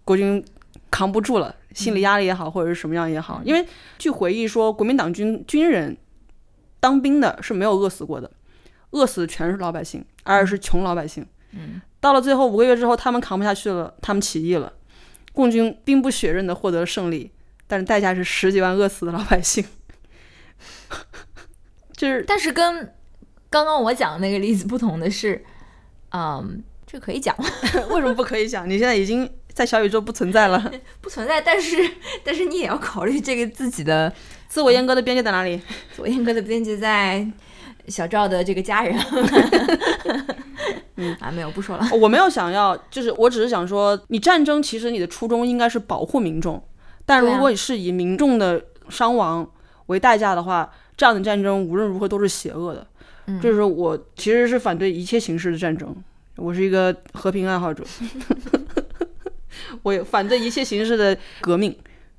Speaker 2: 国军扛不住了，心理压力也好，或者是什么样也好，因为据回忆说，国民党军军人当兵的是没有饿死过的，饿死的全是老百姓，而且是穷老百姓。
Speaker 1: 嗯，
Speaker 2: 到了最后五个月之后，他们扛不下去了，他们起义了，共军兵不血刃的获得了胜利，但是代价是十几万饿死的老百姓， (laughs) 就是
Speaker 1: 但是跟刚刚我讲的那个例子不同的是，嗯，这可以讲吗？
Speaker 2: (laughs) 为什么不可以讲？你现在已经在小宇宙不存在了，
Speaker 1: 不存在，但是 (laughs) 但是你也要考虑这个自己的
Speaker 2: (laughs) 自我阉割的边界在哪里？
Speaker 1: 左燕哥的编辑在小赵的这个家人。 (laughs) 嗯啊，没有不
Speaker 2: (laughs)
Speaker 1: 说了。
Speaker 2: 哦我没有想要，就是我只是想说，你战争其实你的初衷应该是保护民众，但
Speaker 1: 对啊
Speaker 2: 如果你是以民众的伤亡为代价的话，这样的战争无论如何都是邪恶的。
Speaker 1: 嗯
Speaker 2: 这是我其实是反对一切形式的战争，我是一个和平
Speaker 1: (laughs)
Speaker 2: 爱好者，我也反对一切形式的革命。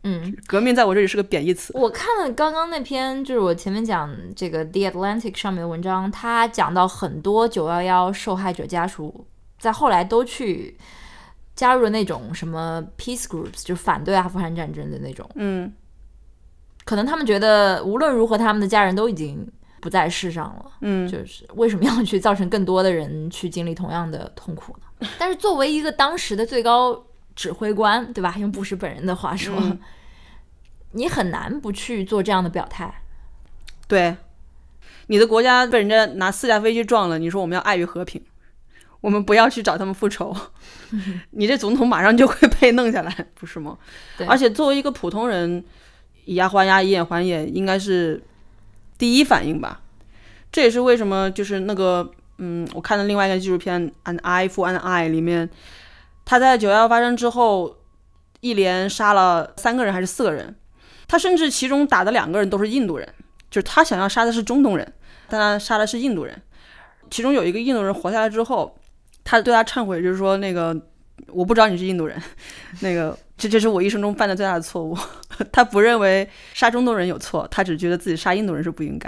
Speaker 1: 嗯，
Speaker 2: 革命在我这里是个贬义词。
Speaker 1: 我看了刚刚那篇，就是我前面讲这个《The Atlantic》上面的文章，他讲到很多九幺幺受害者家属在后来都去加入了那种什么 peace groups，就反对阿富汗战争的那种。
Speaker 2: 嗯，
Speaker 1: 可能他们觉得无论如何，他们的家人都已经不在世上了。
Speaker 2: 嗯，
Speaker 1: 就是为什么要去造成更多的人去经历同样的痛苦呢？但是作为一个当时的最高指挥官，对吧？用布什本人的话说，
Speaker 2: 嗯
Speaker 1: 你很难不去做这样的表态。
Speaker 2: 对，你的国家被人家拿四架飞机撞了，你说我们要爱与和平，我们不要去找他们复仇， (laughs) 你这总统马上就会被弄下来，不是吗
Speaker 1: 对？
Speaker 2: 而且作为一个普通人，以牙还牙，以眼还眼，应该是第一反应吧。这也是为什么就是那个，嗯，我看的另外一个纪录片《An Eye for an Eye》里面，他在九幺幺发生之后，一连杀了三个人还是四个人，他甚至其中打的两个人都是印度人。就是他想要杀的是中东人，但他杀的是印度人。其中有一个印度人活下来之后，他对他忏悔，就是说那个我不知道你是印度人， (laughs) 那个这这是我一生中犯的最大的错误。 (laughs) 他不认为杀中东人有错，他只觉得自己杀印度人是不应该。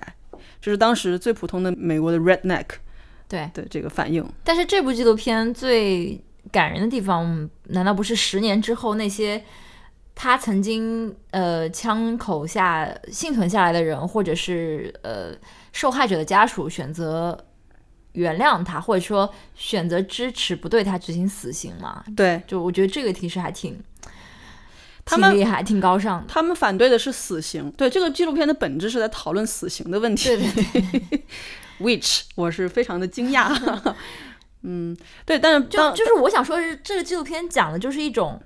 Speaker 2: 这是当时最普通的美国的 redneck
Speaker 1: 对，
Speaker 2: 的这个反应。
Speaker 1: 但是这部纪录片最感人的地方，难道不是十年之后那些他曾经呃枪口下幸存下来的人，或者是呃受害者的家属选择原谅他，或者说选择支持不对他执行死刑吗？
Speaker 2: 对
Speaker 1: 就我觉得这个提示还挺
Speaker 2: 他
Speaker 1: 挺
Speaker 2: 们，
Speaker 1: 厉害，挺高尚的。
Speaker 2: 他们反对的是死刑。对这个纪录片的本质是在讨论死刑的问题。
Speaker 1: 对对对，
Speaker 2: which 我是非常的惊讶。 (laughs) 嗯，对，但是
Speaker 1: 就
Speaker 2: 当
Speaker 1: 就是我想说的是，这个纪录片讲的就是一种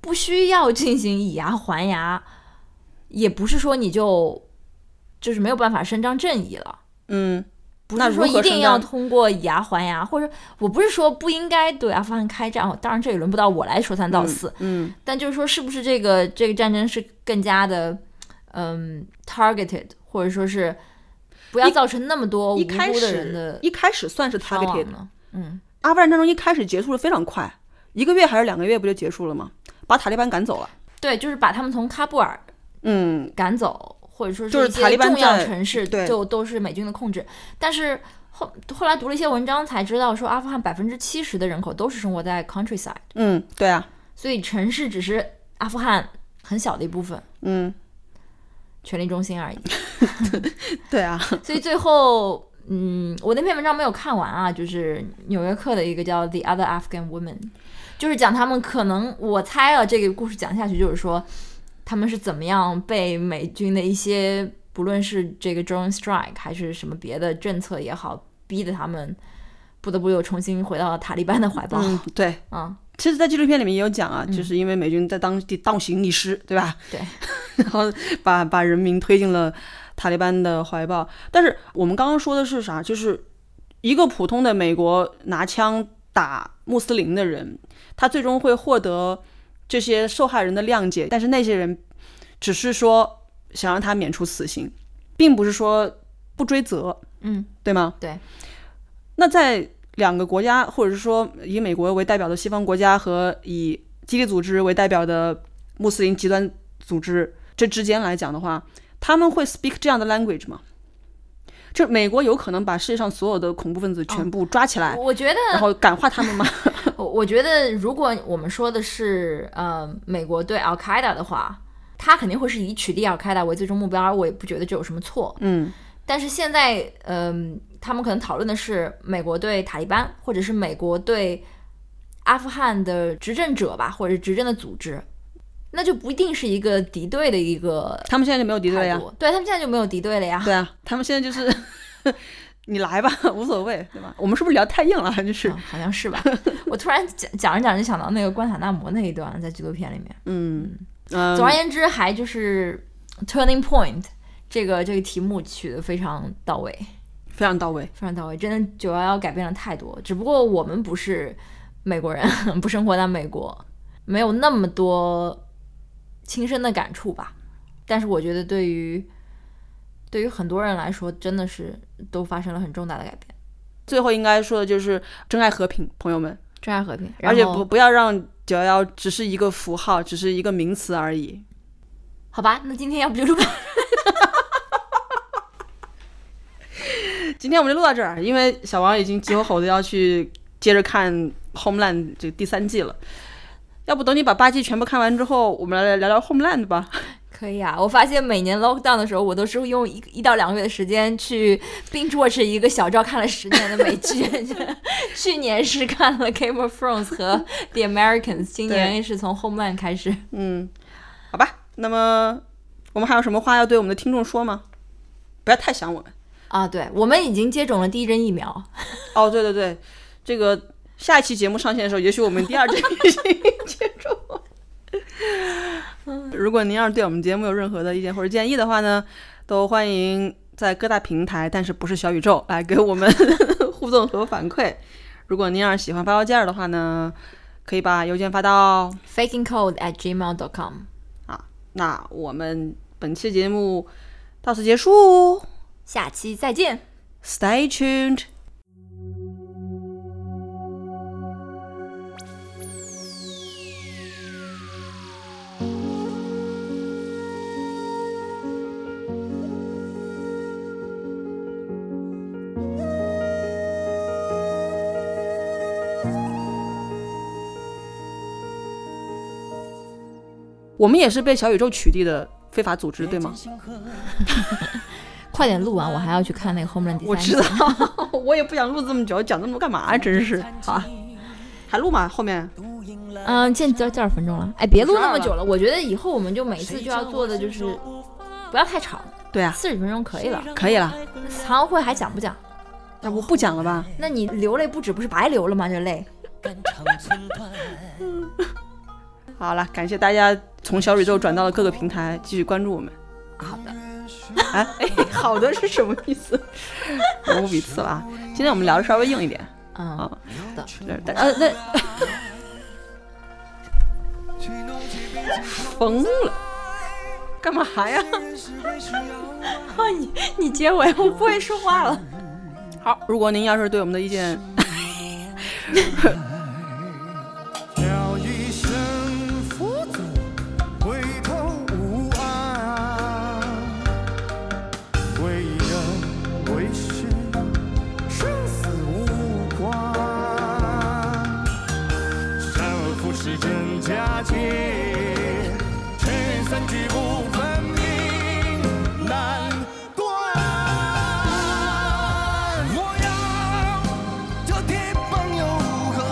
Speaker 1: 不需要进行以牙还牙，也不是说你就就是没有办法伸张正义了，
Speaker 2: 嗯，
Speaker 1: 不
Speaker 2: 那
Speaker 1: 是
Speaker 2: 如
Speaker 1: 说
Speaker 2: 何
Speaker 1: 一定
Speaker 2: 伸
Speaker 1: 要
Speaker 2: 张
Speaker 1: 通过以牙还牙，或者我不是说不应该对阿富汗开战，哦当然这也轮不到我来说三道四，
Speaker 2: 嗯
Speaker 1: 但就是说是不是这个这个战争是更加的嗯 targeted，或者说是不要
Speaker 2: 一
Speaker 1: 造成那么多无
Speaker 2: 一开
Speaker 1: 辜的人
Speaker 2: 始
Speaker 1: 的
Speaker 2: 一开始算是
Speaker 1: 伤亡
Speaker 2: targeted，
Speaker 1: 呢？嗯，
Speaker 2: 阿富汗战争一开始结束的非常快，一个月还是两个月不就结束了吗？把塔利班赶走了。
Speaker 1: 对，就是把他们从喀布尔
Speaker 2: 嗯，
Speaker 1: 赶走，或者说
Speaker 2: 就是
Speaker 1: 一些
Speaker 2: 塔利班
Speaker 1: 重要
Speaker 2: 在
Speaker 1: 城市
Speaker 2: 对
Speaker 1: 就都是美军的控制。但是后后来读了一些文章才知道，说阿富汗百分之七十的人口都是生活在 countryside，
Speaker 2: 嗯，对啊，
Speaker 1: 所以城市只是阿富汗很小的一部分
Speaker 2: 嗯，
Speaker 1: 权力中心而已。
Speaker 2: 对啊，
Speaker 1: 所以最后。嗯，我那篇文章没有看完啊，就是《纽约客》的一个叫《The Other Afghan Women》，就是讲他们可能我猜啊，这个故事讲下去就是说他们是怎么样被美军的一些不论是这个 drone strike 还是什么别的政策也好，逼得他们不得不又重新回到塔利班的怀抱。
Speaker 2: 嗯，对。
Speaker 1: 嗯，
Speaker 2: 其实，在纪录片里面也有讲啊，就是因为美军在当地倒行逆施，对吧？
Speaker 1: 对，
Speaker 2: (laughs) 然后把把人民推进了塔利班的怀抱。但是我们刚刚说的是啥？就是一个普通的美国拿枪打穆斯林的人，他最终会获得这些受害人的谅解，但是那些人只是说想让他免除死刑，并不是说不追责，
Speaker 1: 嗯，
Speaker 2: 对吗？
Speaker 1: 对。
Speaker 2: 那在两个国家，或者是说以美国为代表的西方国家和以基地组织为代表的穆斯林极端组织这之间来讲的话，他们会 speak 这样的 language 吗？就是美国有可能把世界上所有的恐怖分子全
Speaker 1: 哦
Speaker 2: 部抓起来，
Speaker 1: 我觉 (laughs) 得
Speaker 2: 然后感化他们吗？
Speaker 1: 我我觉得，如果我们说的是呃美国对 Al Qaeda 的话，他肯定会是以取缔 Al Qaeda 为最终目标，而我也不觉得这有什么错。
Speaker 2: 嗯
Speaker 1: 但是现在，嗯、他们可能讨论的是美国对塔利班，或者是美国对阿富汗的执政者吧，或者是执政的组织，那就不一定是一个敌对的一个
Speaker 2: 他们现在就没有敌对
Speaker 1: 态
Speaker 2: 呀、
Speaker 1: 度。对他们现在就没有敌对了呀。
Speaker 2: 对啊，他们现在就是 (laughs) 你来吧，无所谓，对吧？我们是不是聊太硬了？ (laughs) 就是
Speaker 1: 嗯好像是吧？ (laughs) 我突然讲讲着讲着就想到那个关塔那摩那一段了，在纪录片里面。
Speaker 2: 嗯嗯，
Speaker 1: 总而言之，还就是《Turning Point》这个这个题目取得非常到位，
Speaker 2: 非常到位。
Speaker 1: 非常到位。真的九幺幺改变了太多，只不过我们不是美国人， (laughs) 不生活在美国，没有那么多亲身的感触吧。但是我觉得，对于对于很多人来说，真的是都发生了很重大的改变，
Speaker 2: 最后应该说的就是珍爱和平，朋友们，
Speaker 1: 珍爱和平，然
Speaker 2: 而
Speaker 1: 后
Speaker 2: 且不不要让九幺幺只是一个符号，只是一个名词而已。
Speaker 1: 好吧，那今天要不就录吧。
Speaker 2: 今天我们就录到这儿，因为小王已经急吼吼的要去接着看《Homeland》这第三季了。要不等你把八季全部看完之后，我们来聊聊《Homeland》吧。
Speaker 1: 可以啊，我发现每年 lockdown 的时候，我都是用一一到两个月的时间去 binge watch 一个小赵看了十年的美剧。 (laughs) 去年是看了《Game of Thrones》和《The Americans》，今年是从《Homeland》开始。
Speaker 2: 嗯，好吧。那么我们还有什么话要对我们的听众说吗？不要太想我们。
Speaker 1: 啊，对，我们已经接种了第一针疫苗，
Speaker 2: 哦，对对对，这个下一期节目上线的时候，也许我们第二季已经接种了。如果您要是对我们节目有任何的意见或者建议的话呢，都欢迎在各大平台，但是不是小宇宙来给我们 (laughs) 互动和反馈。如果您要是喜欢发邮件儿的话呢，可以把邮件发到。
Speaker 1: fakingcold at gmail.com。
Speaker 2: 啊那我们本期节目到此结束
Speaker 1: 下期再见。
Speaker 2: ，Stay tuned。我们也是被小宇宙取缔的非法组织，对吗？
Speaker 1: 快点录完，我还要去看那个《Homeland》第
Speaker 2: 我
Speaker 1: 三集
Speaker 2: 知。道， (laughs) 我也不想录这么久，讲那么多干嘛啊？真是啊，还录吗？后面
Speaker 1: 嗯，现在多少分钟了？哎，别录那么久了，我觉得以后我们就每次就要做的就是不要太长，
Speaker 2: 对啊，
Speaker 1: 四十分钟可以了。
Speaker 2: 可以了，
Speaker 1: 残奥会还讲不讲？
Speaker 2: 要不不讲了吧？
Speaker 1: 那你流泪不止不是白流了吗？这泪，
Speaker 3: 肝肠寸断。
Speaker 2: 好了，感谢大家从小宇宙转到了各个平台，继续关注我 (laughs) 们。
Speaker 1: 好的，
Speaker 2: 哎，哎好的是什么意思？我不彼此了啊！今天我们聊的稍微硬一点，
Speaker 1: 嗯，
Speaker 2: 好
Speaker 1: 好的，
Speaker 2: 但呃那 (laughs) 疯了，干嘛呀？
Speaker 1: 哦，你你结尾，我不会说话了。
Speaker 2: 好，如果您要是对我们的意见。
Speaker 4: 叫一声佛祖，回头无岸。为人为事，生死无关。善恶浮世真假界，尘三聚不分明，难断。我要。叫天朋友和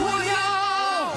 Speaker 4: Eh.